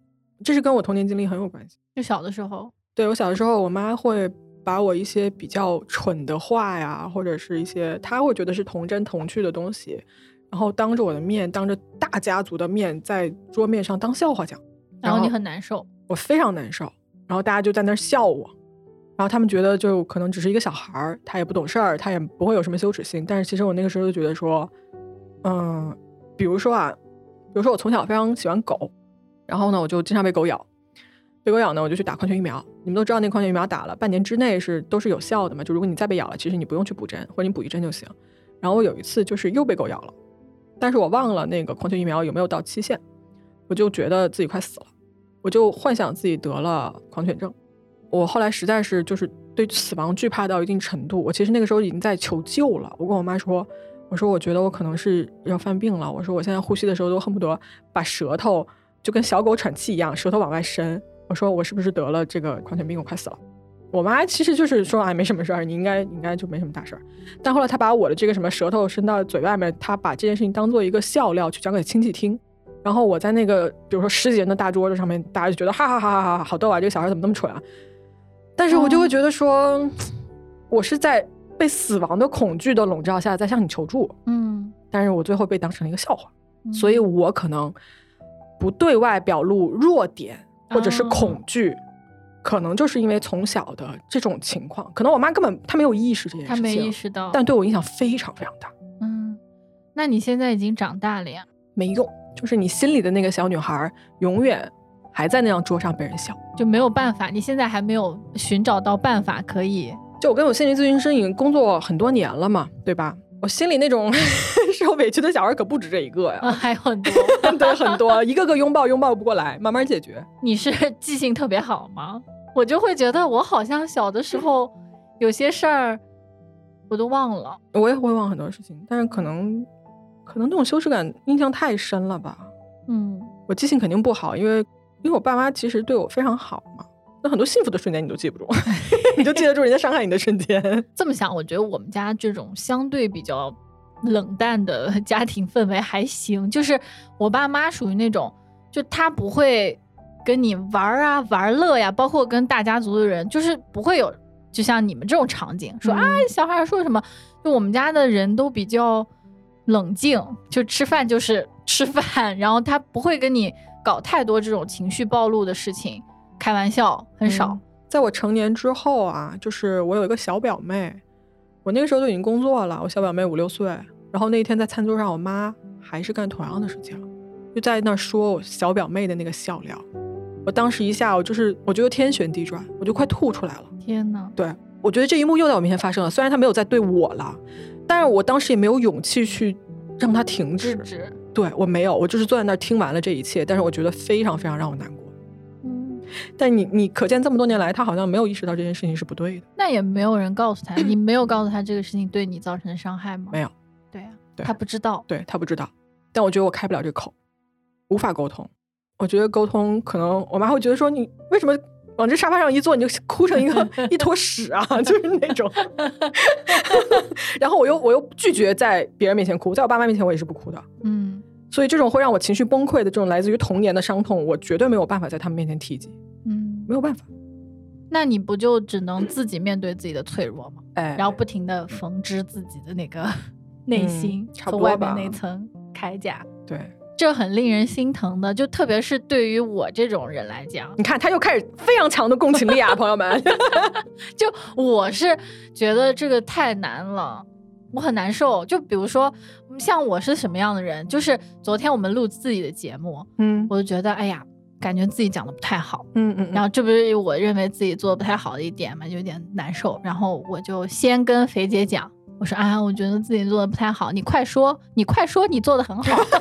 这是跟我童年经历很有关系。
就小的时候，
对我小的时候，我妈会把我一些比较蠢的话呀，或者是一些她会觉得是童真童趣的东西，然后当着我的面，当着大家族的面，在桌面上当笑话讲，
然
后
后你很难受，
我非常难受。然后大家就在那儿笑我，然后他们觉得就可能只是一个小孩儿，他也不懂事儿，他也不会有什么羞耻心。但是其实我那个时候就觉得说，嗯，比如说啊，比如说我从小非常喜欢狗，然后呢，我就经常被狗咬，被狗咬呢，我就去打狂犬疫苗。你们都知道那个狂犬疫苗打了半年之内是都是有效的嘛，就如果你再被咬了，其实你不用去补针，或者你补一针就行。然后我有一次就是又被狗咬了，但是我忘了那个狂犬疫苗有没有到期限，我就觉得自己快死了，我就幻想自己得了狂犬症。我后来实在是就是对死亡惧怕到一定程度，我其实那个时候已经在求救了。我跟我妈说，我说我觉得我可能是要犯病了，我说我现在呼吸的时候都恨不得把舌头就跟小狗喘气一样，舌头往外伸。我说我是不是得了这个狂犬病，我快死了。我妈其实就是说，哎，没什么事儿，你应该应该就没什么大事儿。但后来她把我的这个什么舌头伸到嘴外面，她把这件事情当做一个笑料去讲给亲戚听。然后我在那个比如说十几人的大桌子上面，大家就觉得哈哈哈哈哈哈，好逗啊，这个小孩怎么那么蠢啊？但是我就会觉得说，我是在被死亡的恐惧的笼罩下在向你求助，
嗯，
但是我最后被当成了一个笑话。所以我可能不对外表露弱点或者
啊
是恐惧，可能就是因为从小的这种情况，可能我妈根本她没有意识这件事
他
情，
没意识到，
但对我影响非常非常大，
嗯，那你现在已经长大了呀，
没用，就是你心里的那个小女孩儿永远还在那张桌上被人笑。
就没有办法，你现在还没有寻找到办法可以，
就我跟我心理咨询师已经工作很多年了嘛，对吧？我心里那种 受委屈的小孩儿可不止这一个呀，
啊还有很 多。
对，很多，一个个拥抱拥抱不过来，慢慢解决。
你是 记性特别好吗？我就会觉得我好像小的时候有些事儿我都忘了。
我也会忘很多事情，但是可能可能那种羞耻感印象太深了吧。
嗯，
我记性肯定不好，因为因为我爸妈其实对我非常好嘛。那很多幸福的瞬间你都记不住， 你就记得住人家伤害你的瞬间。
这么想，我觉得我们家这种相对比较冷淡的 家庭氛围还行。就是我爸妈属于那种，就他不会跟你玩儿啊、玩乐呀，包括跟大家族的人，就是不会有就像你们这种场景，说、啊
嗯
小孩儿说什么，就我们家的人都比较冷静，就吃饭就是 吃饭，然后他不会跟你搞太多这种情绪暴露的事情，开玩笑很少。
嗯在我成年之后啊，就是我有一个小表妹，我那个时候都已经工作了，我小表妹五六岁。然后那一天在餐桌上，我妈还是干同样的事情，就在那儿说我小表妹的那个笑料。我当时一下，我就是我觉得天旋地转，我就快吐出来了。
天呐，
对，我觉得这一幕又在我面前发生了。虽然他没有再对我了，但是我当时也没有勇气去让他停
制
止。
止，
对我没有，我就是坐在那儿听完了这一切，但是我觉得非常非常让我难过。
嗯。
但你你可见这么多年来，他好像没有意识到这件事情是不对的。
那也没有人告诉他， 你没有告诉他这个事情对你造成的伤害吗？
没有，
对呀、
对
他不知道。
对他不知道，但我觉得我开不了这口，无法沟通。我觉得沟通可能我妈会觉得说你为什么往这沙发上一坐你就哭成一个 一坨屎啊，就是那种。 然后我又我又拒绝在别人面前哭，在我爸妈面前我也是不哭的。
嗯
所以这种会让我情绪崩溃的这种来自于童年的伤痛，我绝对没有办法在他们面前提及，
嗯，
没有办法。
那你不就只能自己面对自己的脆弱吗？
哎，嗯
然后不停的缝制自己的那个 内心、
差
和
不
外
多
面
吧
那层铠甲，
对，
这很令人心疼的。就特别是对于我这种人来讲，
你看他又开始非常强的共情力啊，朋友们。
就我是觉得这个太难了，我很难受。就比如说，嗯像我是什么样的人？就是昨天我们录自己的节目，
嗯
我就觉得，哎呀，感觉自己讲的不太好。
嗯嗯，
然
后
后这不是我认为自己做的不太好的一点嘛，有点难受。然后我就先跟肥姐讲，我说啊，我觉得自己做的不太好，你快说，你快说，你做的很好。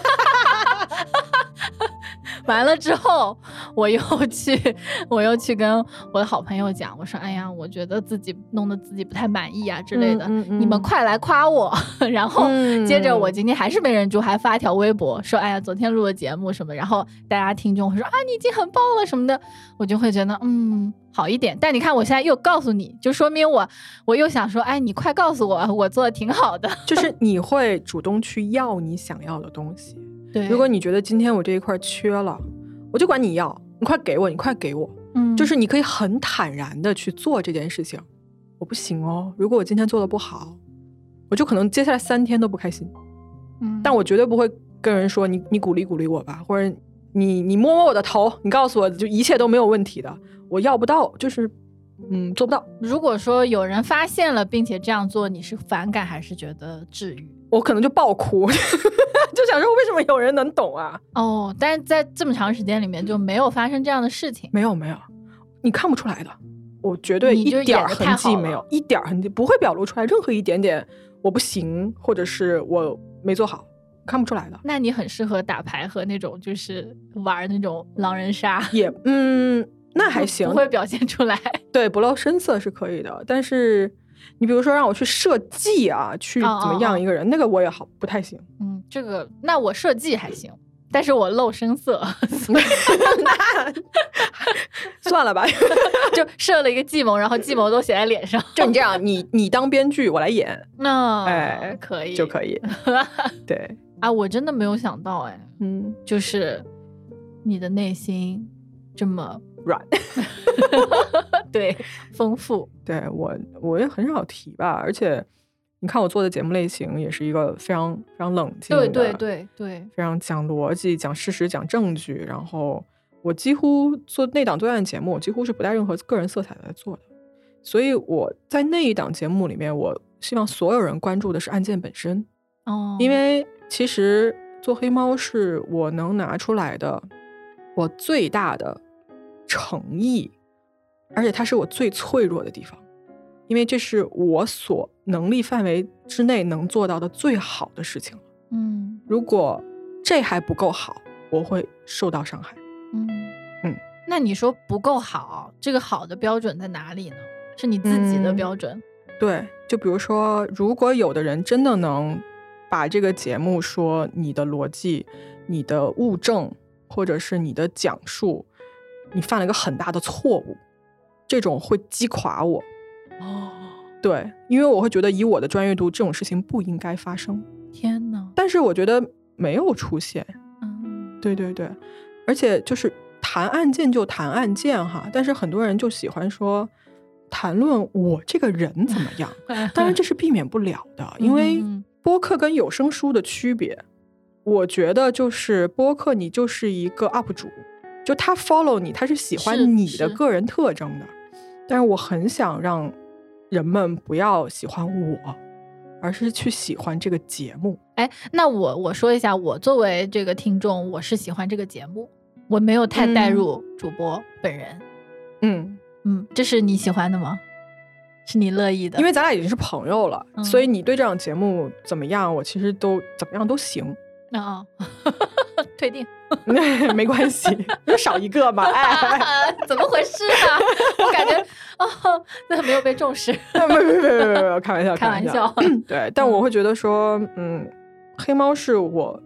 完了之后，我又去，我又去跟我的好朋友讲，我说：“哎呀，我觉得自己弄得自己不太满意啊之类的，
嗯嗯嗯
你们快来夸我。” 然后接着我今天还是没忍住，还发一条微博说：“哎呀，昨天录了节目什么。”然后大家听众会说：“啊，你已经很棒了什么的。”我就会觉得嗯好一点。但你看我现在又告诉你，就说明我我又想说：“哎，你快告诉我，我做的挺好的。
就是你会主动去要你想要的东西。”
对，
如果你觉得今天我这一块缺了，我就管你要，你快给我，你快给我。
嗯
就是你可以很坦然的去做这件事情。我不行哦，如果我今天做的不好，我就可能接下来三天都不开心。
嗯
但我绝对不会跟人说你你鼓励鼓励我吧，或者你你摸摸我的头，你告诉我就一切都没有问题的。我要不到，就是嗯做不到。
如果说有人发现了，并且这样做，你是反感还是觉得治愈？
我可能就爆哭， 就想说为什么有人能懂啊？
哦，但是在这么长时间里面就没有发生这样的事情。
没有没有，你看不出来的，我绝对
你
一
就演
点儿
得
痕
太
迹
好
没
了
有，一点儿痕迹不会表露出来任何一点点我不行，或者是我没做好，看不出来的。
那你很适合打牌和那种就是玩那种狼人杀，
也嗯， 那还
不
行
不，会表现出来。
对，不露声色是可以的。但是你比如说让我去设计啊，去怎
哦哦哦
么样一个人，那个我也好不太行。
嗯，这个那我设计还行，但是我露声色，
那 算了吧，
就设了一个计谋，然后计谋都写在脸上。
就你这样，你你当编剧，我来演
那、
哎
可以
就可
以
以。对，
啊！我真的没有想到哎，
嗯，
就是你的内心这么
软。
对丰富。
对我，我也很少提吧。而且，你看我做的节目类型也是一个非常非常冷静的，
对对，对对，
非常讲逻辑、讲事实、讲证据。然后，我几乎做那档对岸节目，我几乎是不带任何个人色彩来做的。所以我在那一档节目里面，我希望所有人关注的是案件本身，
哦，
因为其实做黑猫是我能拿出来的我最大的诚意，而且它是我最脆弱的地方，因为这是我所能力范围之内能做到的最好的事情了。
嗯
如果这还不够好，我会受到伤害。
嗯
嗯，
那你说不够好，这个好的标准在哪里呢？是你自己的
嗯
标准？
对，就比如说，如果有的人真的能把这个节目说你的逻辑、你的物证，或者是你的讲述，你犯了一个很大的错误，这种会击垮我。
哦，
对，因为我会觉得以我的专业度，这种事情不应该发生。
天哪！
但是我觉得没有出现，
嗯
对对对，而且就是谈案件就谈案件哈，但是很多人就喜欢说谈论我这个人怎么样。 当然，这是避免不了的，因为
嗯
播客跟有声书的区别，我觉得就是播客你就是一个 UP 主，就他 follow 你，他是喜
是
欢你
是
的个人特征的。但是我很想让人们不要喜欢我，而是去喜欢这个节目。
哎，那我我说一下，我作为这个听众，我是喜欢这个节目，我没有太带
嗯
入主播本人。
嗯，
嗯，这是你喜欢的吗？是你乐意的？
因为咱俩已经是朋友了，
嗯
所以你对这档节目怎么样，我其实都怎么样都行，
啊、 退订。
没关系，就少一个嘛，哎。
啊， 怎么回事啊？我感觉哦，那没有被重视。
哎没有没有没有没有没有没有，开玩笑，
开玩
玩
笑。
对，但我会觉得说，嗯，黑猫是我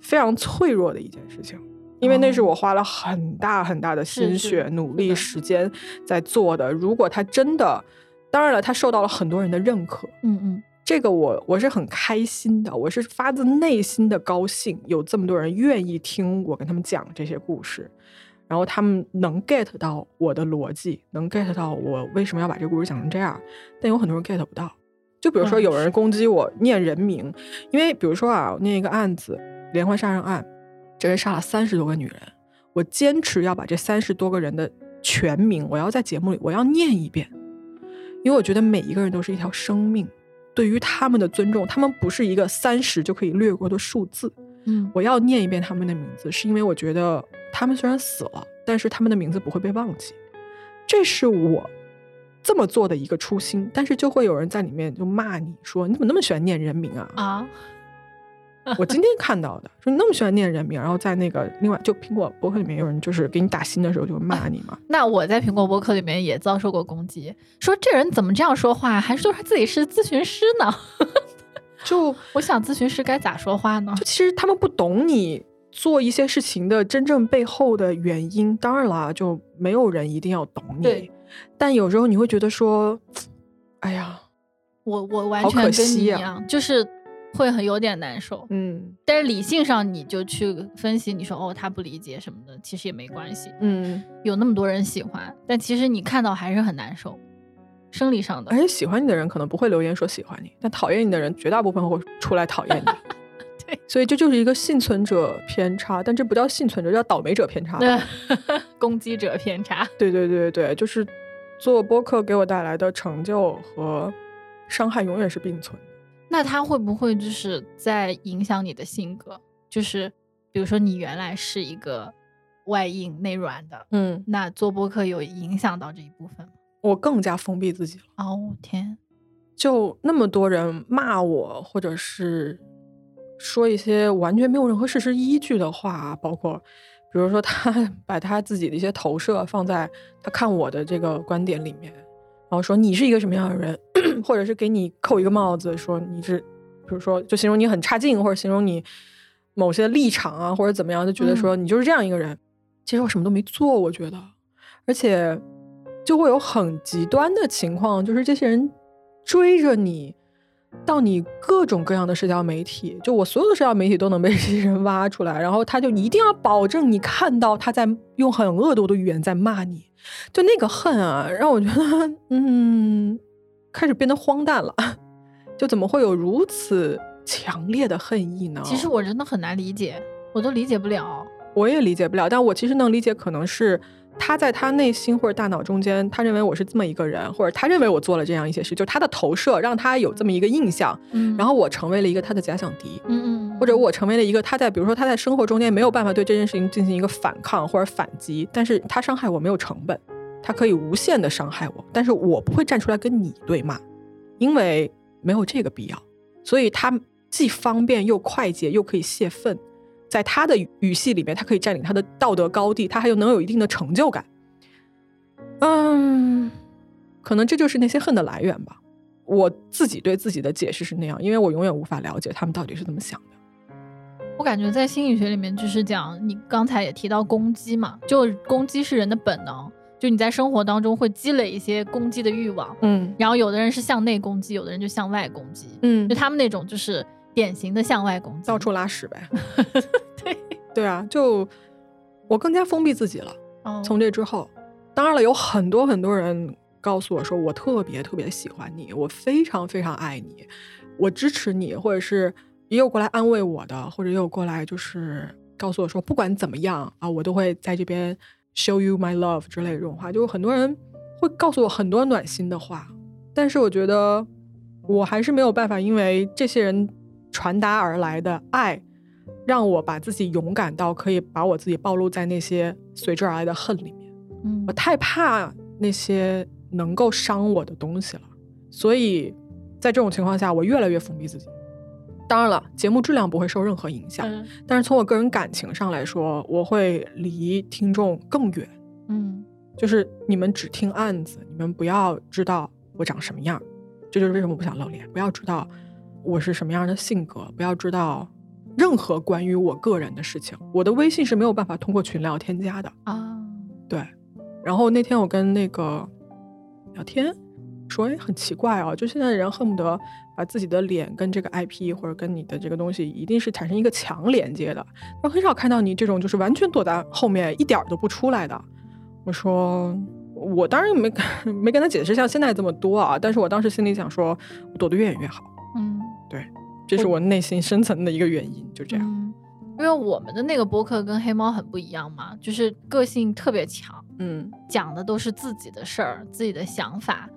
非常脆弱的一件事情，因为那是
哦
我花了很大很大的
是
心
是
血、
是的
努力、时间在做的。如果它真的，当然了，它受到了很多人的认可，
嗯嗯
这个我我是很开心的，我是发自内心的高兴，有这么多人愿意听我跟他们讲这些故事，然后他们能 get 到我的逻辑，能 get 到我为什么要把这个故事讲成这样，但有很多人 get 不到。就比如说
嗯
有人攻击我念人名，因为比如说啊，我念一个案子，连环杀人案，这人杀了三十多个女人，我坚持要把这三十多个人的全名，我要在节目里我要念一遍，因为我觉得每一个人都是一条生命，对于他们的尊重，他们不是一个三十就可以略过的数字。
嗯，
我要念一遍他们的名字，是因为我觉得他们虽然死了，但是他们的名字不会被忘记，这是我这么做的一个初心。但是就会有人在里面就骂你说你怎么那么喜欢念人名啊？
啊，
我今天看到的，说你那么喜欢念人名，然后在那个另外就苹果博客里面有人就是给你打新的时候就会骂你嘛，
那我在苹果播客里面也遭受过攻击，说这人怎么这样说话，还说他自己是咨询师呢？
就
我想咨询师该咋说话呢？
就其实他们不懂你做一些事情的真正背后的原因。当然啦，就没有人一定要懂你
对，
但有时候你会觉得说，哎呀，
我我完
好
全跟
可
你
惜
一
呀
样，就是会很有点难受。
嗯
但是理性上你就去分析，你说哦他不理解什么的，其实也没关系，
嗯，
有那么多人喜欢，但其实你看到还是很难受，生理上的
而。且喜欢你的人可能不会留言说喜欢你，但讨厌你的人绝大部分会出来讨厌 你。
对，
所以这就是一个幸存者偏差，但这不叫幸存者，叫倒霉者偏差。
那 攻击者偏差，
对对对对，就是做播客给我带来的成就和伤害永远是并存的。
那他会不会就是在影响你的性格？就是比如说你原来是一个外硬内软的，
嗯，
那做播客有影响到这一部分吗？
我更加封闭自己了。
哦天，
就那么多人骂我，或者是说一些完全没有任何事实依据的话，啊包括比如说他 把他自己的一些投射放在他看我的这个观点里面，然后说你是一个什么样的人， 或者是给你扣一个帽子，说你是，比如说就形容你很差劲，或者形容你某些立场啊，或者怎么样，就觉得说你就是这样一个人。其实我什么都没做，我觉得，而且就会有很极端的情况，就是这些人追着你到你各种各样的社交媒体，就我所有的社交媒体都能被这 些人挖出来，然后他就一定要保证你看到他在用很恶毒的语言在骂你，就那个恨啊，让我觉得 嗯，开始变得荒诞了， 就怎么会有如此强烈的恨意呢？
其实我真的很难理解，我都理解不了。
我也理解不了，但我其实能理解，可能是他在他内心或者大脑中间，他认为我是这么一个人，或者他认为我做了这样一些事，就他的投射让他有这么一个印象，
嗯
然后我成为了一个他的假想敌，
嗯嗯，
或者我成为了一个他在比如说他在生活中间没有办法对这件事情进行一个反抗或者反击，但是他伤害我没有成本，他可以无限的伤害我，但是我不会站出来跟你对骂，因为没有这个必要。所以他既方便又快捷，又可以泄愤，在他的语系里面，他可以占领他的道德高地，他还有能有一定的成就感。嗯，可能这就是那些恨的来源吧。我自己对自己的解释是那样，因为我永远无法了解他们到底是怎么想的。
我感觉在心理学里面就是讲，你刚才也提到攻击嘛，就攻击是人的本能，就你在生活当中会积累一些攻击的欲望，
嗯
然后有的人是向内攻击，有的人就向外攻击，
嗯
就，他们那种就是典型的向外攻击，
到处拉屎 呗。对对啊，就我更加封闭自己了。
哦
从这之后，当然了，有很多很多人告诉我说，我特别特别喜欢你，我非常非常爱你，我支持你，或者是也有过来安慰我的，或者也有过来就是告诉我说，不管怎么样啊，我都会在这边 show you my love 之类的这种话，就是很多人会告诉我很多暖心的话，但是我觉得我还是没有办法，因为这些人传达而来的爱，让我把自己勇敢到可以把我自己暴露在那些随之而来的恨里面。
嗯
我太怕那些能够伤我的东西了，所以在这种情况下，我越来越封闭自己。当然了，节目质量不会受任何影响，
嗯
但是从我个人感情上来说，我会离听众更远。
嗯
就是你们只听案子，你们不要知道我长什么样儿，这就是为什么我不想露脸，不要知道我是什么样的性格，不要知道任何关于我个人的事情。我的微信是没有办法通过群聊添加的。
啊，
对，然后那天我跟那个聊天说，哎，很奇怪哦，就现在人恨不得把自己的脸跟这个 IP 或者跟你的这个东西，一定是产生一个强连接的，然后很少看到你这种就是完全躲在后面一点儿都不出来的。我说。我当然没跟没跟他解释像现在这么多啊，但是我当时心里想说，我躲得越远越好，
嗯，
这是我内心深层的一个原因，就这样。
嗯因为我们的那个播客跟黑猫很不一样嘛，就是个性特别强，
嗯
讲的都是自己的事儿、自己的想法，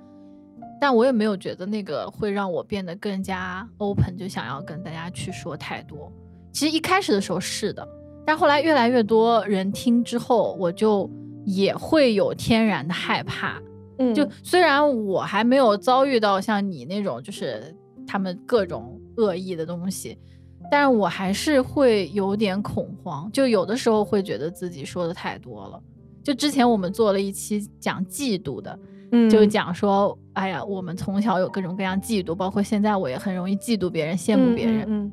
但我也没有觉得那个会让我变得更加 open，就想要跟大家去说太多。其实一开始的时候是的，但后来越来越多人听之后，我就也会有天然的害怕。
嗯
就虽然我还没有遭遇到像你那种，就是他们各种恶意的东西，但是我还是会有点恐慌，就有的时候会觉得自己说的太多了。就之前我们做了一期讲嫉妒的，
嗯
就讲说，哎呀，我们从小有各种各样嫉妒，包括现在我也很容易嫉妒别人、羡慕别人。
嗯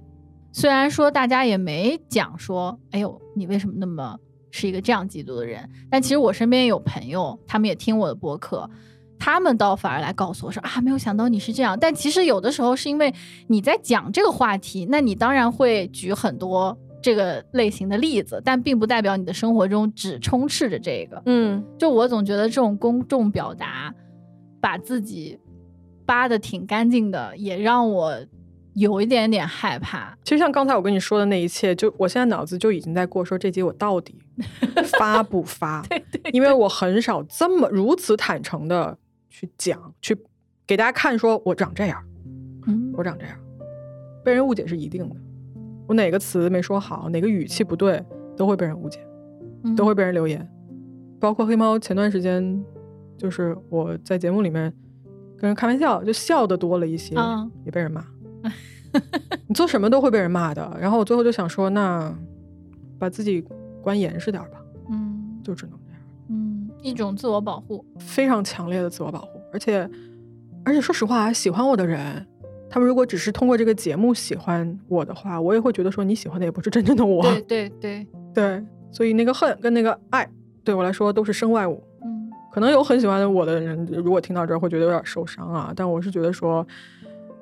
虽然说大家也没讲说，哎呦，你为什么那么是一个这样嫉妒的人？但其实我身边有朋友，他们也听我的播客，他们倒反而来告诉我说啊，没有想到你是这样。但其实有的时候是因为你在讲这个话题，那你当然会举很多这个类型的例子，但并不代表你的生活中只充斥着这个。
嗯
就我总觉得这种公众表达，把自己扒的挺干净的，也让我有一点点害怕。
其实像刚才我跟你说的那一切，就我现在脑子就已经在过，说这集我到 底发不发？对对因为我很少这么如此坦诚的去讲，去给大家看，说我长这样，
嗯
我长这样，被人误解是一定的。我哪个词没说好，哪个语气不对，都会被人误解，
嗯
都会被人留言。包括黑猫前段时间，就是我在节目里面跟人开玩笑，就笑的多了一些，
嗯
也被 人骂。你做什么都会被人骂的。然后我最后就想说，那把自己关严实点儿吧，
嗯
就只能这样。
嗯一种自我保护，
非常强烈的自我保护，而且而且说实话，啊喜欢我的人，他们如果只是通过这个节目喜欢我的话，我也会觉得说你喜欢的也不是真正的我。
对对对，
对所以那个恨跟那个爱对我来说都是身外物。
嗯
可能有很喜欢我的人，如果听到这儿会觉得有点受伤啊。但我是觉得说，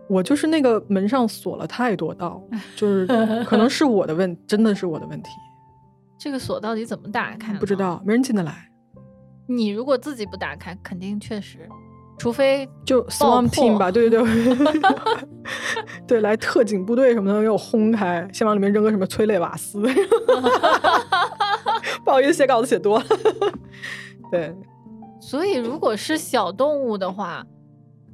我就是那个门上锁了太多 道，就是可能是我的问，真的是我的问题，
这个锁到底怎么打开？
嗯不知。道没人进得来。
你如果自己不打开，肯定确实，除非
就
爆
Swamp Team
破
吧，对对对， 对来特警部队什么的给我轰开，先往里面扔个什么催泪瓦斯， 不好意思，写稿子写多了，对，
所以如果是小动物的话，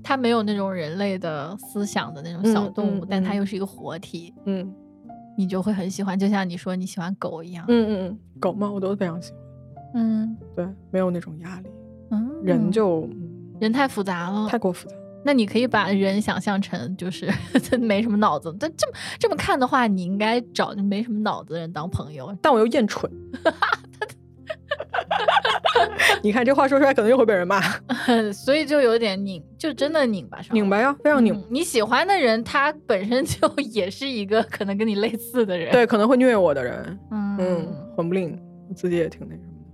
它没有那种人类的思想的那种小
嗯
动物，
嗯
但它
嗯
又是一个活体，
嗯
你就会很喜欢，就像你说你喜欢狗一样。
嗯嗯嗯，狗猫我都非常喜欢，
嗯
对，没有那种压力，
嗯，
人就。嗯
人太复杂了，
太过复杂。
那你可以把人想象成就是 没什么脑子，但这么这么看的话，你应该找就没什么脑子的人当朋友。
但我又厌蠢。 你看这话说出来，可能又会被人骂。
所以就有点拧，就真的拧巴上了，
拧巴呀，非常拧。
嗯你喜欢的人，他本身就 也是一个可能跟你类似的人。，
对，可能会虐我的人，嗯，
嗯
混不吝，我自己也挺那什么的。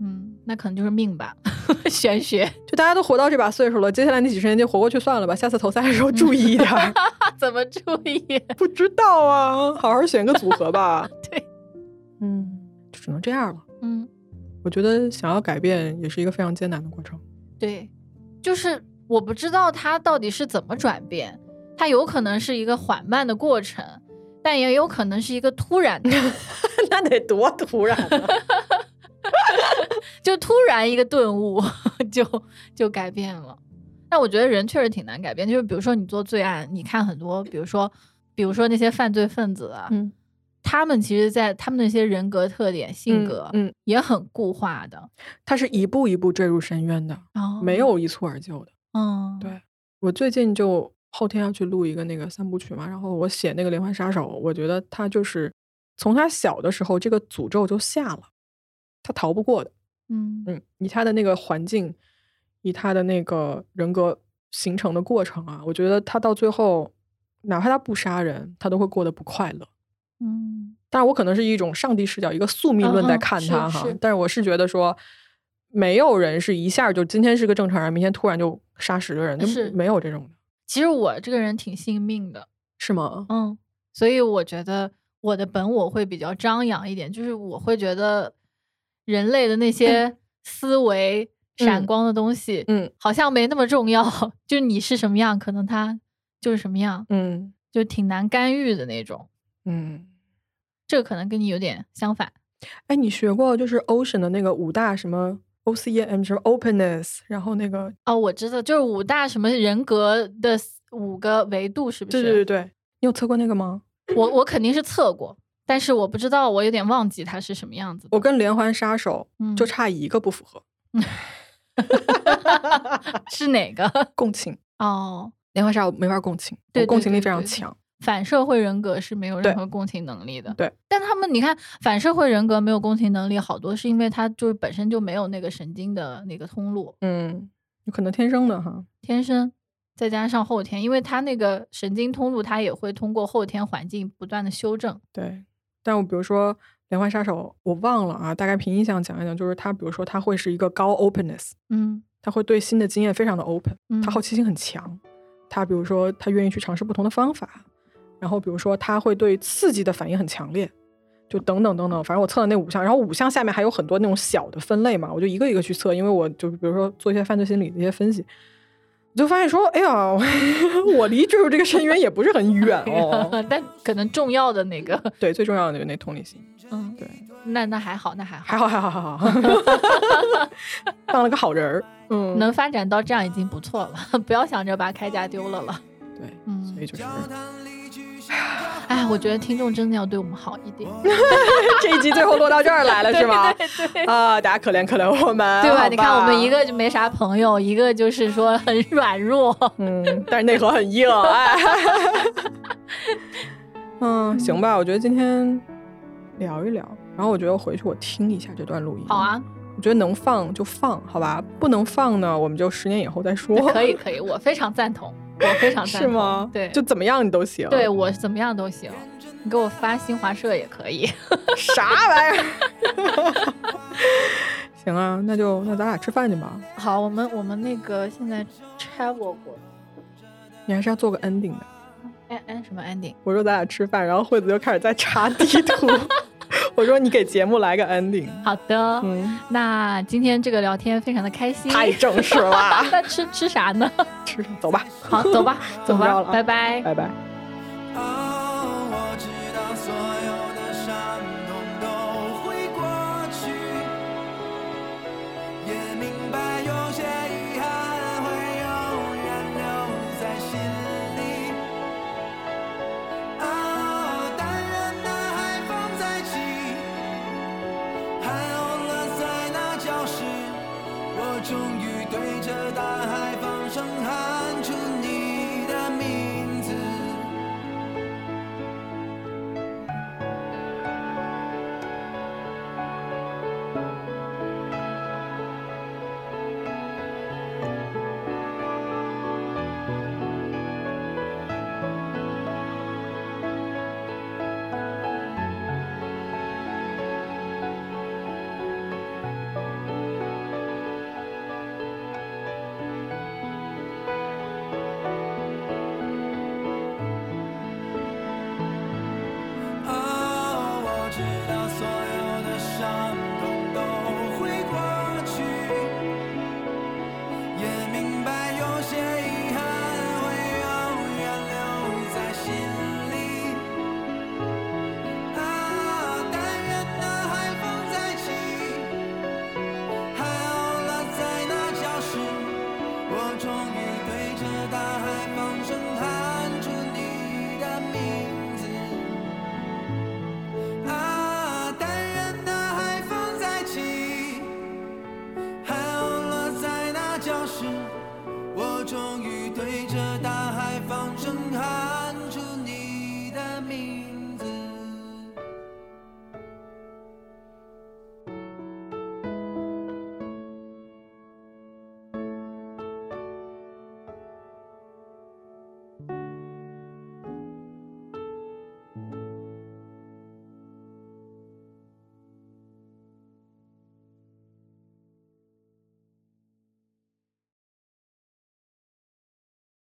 嗯，那可能就是命吧， 玄学。
就大家都活到这把岁数了，接下来那几十年就活过去算了吧。下次投赛的时候注意一点 儿。
怎么注意？
不知道啊，好好选个组合 吧。
对，
嗯，就只能这样了。
嗯，
我觉得想要改变也是一个非常艰难的过程。
对，就是我不知道它到底是怎么转变，它有可能是一个缓慢的过程，但也有可能是一个突然的。
那得多突然啊！
就突然一个顿悟， 就就改变了。但我觉得人确实挺难改变，就是比如说你做罪案，你看很多，比如说，比如说那些犯罪分子啊，
嗯，
他们其实，在他们那些人格特点、性格、
嗯，嗯
也很固化的，
它是一步一步坠入深渊的，
哦
没，有一蹴而就的。
嗯，
对我最近就后天要去录一个那个三部曲嘛，然后我写那个《连环杀手》，我觉得他就是从他小的时候，这个诅咒就下了，他逃不过的。
嗯
嗯，以他的那个环境，以他的那个人格形成的过程啊，我觉得他到最后，哪怕他不杀人，他都会过得不快乐。
嗯
但我可能是一种上帝视角，一个宿命论在
嗯嗯
看
是
他哈。
是
但是我是觉得说，没有人是一下就今天是个正常人，明天突然就杀十个人，就是没有这种的，
其实我这个人挺信命的，
是吗？
嗯，所以我觉得我的本我会比较张扬一点，就是我会觉得人类的那些思维闪
嗯
光的东西，
嗯
好像没那么重要， 就你是什么样，可能他就是什么样，
嗯
就挺难干预的那种。
嗯。
这可能跟你有点相反。
哎，你学过就是 Ocean 的那个五大什么 OCM 什么 Openness，然后那个
哦，我知道，就是五大什么人格的五个维度，是不
对
是？
对对对，你有测过那个吗？
我我肯定是测过，但是我不知道，我有点忘记它是什么样子的。
我跟连环杀手就
嗯
差一个不符合，
是哪个？
共情。
哦，
连环杀手没法共情，
对
我共
对
情力
对
非常
对
强。
哦反社会人格是没有任
对
何共情能力的。
对，
但他们你看，反社会人格没有共情能力，好多是因为他就是本身就没有那个神经的那个通路，
嗯，有可能天生的哈，
天生，再加上后天，因为他那个神经通路，他也会通过后天环境不断的修正。
对。但我比如说《连环杀手》，我忘了啊，大概凭印象讲一讲，就是他，比如说他会是一个高 openness，
嗯
他会对新的经验非常的 open，
嗯，
他好奇心很强，他比如说他愿意去尝试不同的方法，然后比如说他会对刺激的反应很强烈，就等等等等，反正我测了那五项，然后五项下面还有很多那种小的分类嘛，我就一个一个去测，因为我就比如说做一些犯罪心理的一些分析。我就发现说，哎呀， 我离坠入这个深渊也不是很远哦。
但可能重要的那个，
对，最重要的就是那同理心，
嗯，
对，
那那还好，那还好，
还好还好还 好，还好当了个好人儿。嗯，
能发展到这样已经不错了， 不要想着把铠甲丢了了。
对，
嗯，
所以就是
哎，我觉得听众真的要对我们好一点，
这一集最后落到这儿来了，是吗？
对对对。
啊，大家可怜可怜我们，
对
好吧？
吧？你看我们一，个就没啥朋友，一个就是说很软弱。
嗯，但是内核很硬，哎， 嗯，行吧，我觉得今天聊一聊，然后我觉得回去我听一下这段录音，
好，啊，
我觉得能放就放，好吧，不能放呢，我们就十年以后再说，
可以可以，我非常赞同，我非常赞同。
是吗？
对，
就怎么样你都行，
对，我怎么样都行，你给我发新华社也可以。
啥玩意儿？ 行啊，那就那咱俩吃饭去吧，
好，我们我们那个现在 travel 过，
你还是要做个 ending 的。
安安什么 ending？
我说咱俩吃饭，然后惠子就开始在查地图。 我说你给节目来个 ending，
好的，
嗯，
那今天这个聊天非常的开心。 ，
太正式了
那吃吃啥呢？
吃上走吧，
好，走 吧，走
怎么
吧，
着了
拜拜。
拜拜。
哦，我知道所有的伤痛都会过去，也明白有些遗憾会永远留在心里。哦，淡然的海风再起，海鸥落在那礁石，我终于对着大海放声喊出你的名字。哦，我知道所有的伤痛都会过去，也明白有些遗憾会永远留在心里。啊，但愿那海风再起，海鸥落在那礁石，我终于对着大海放声喊出你的名字。啊，但愿那海风再起，海鸥落在那礁石，我终于对着大海放声喊。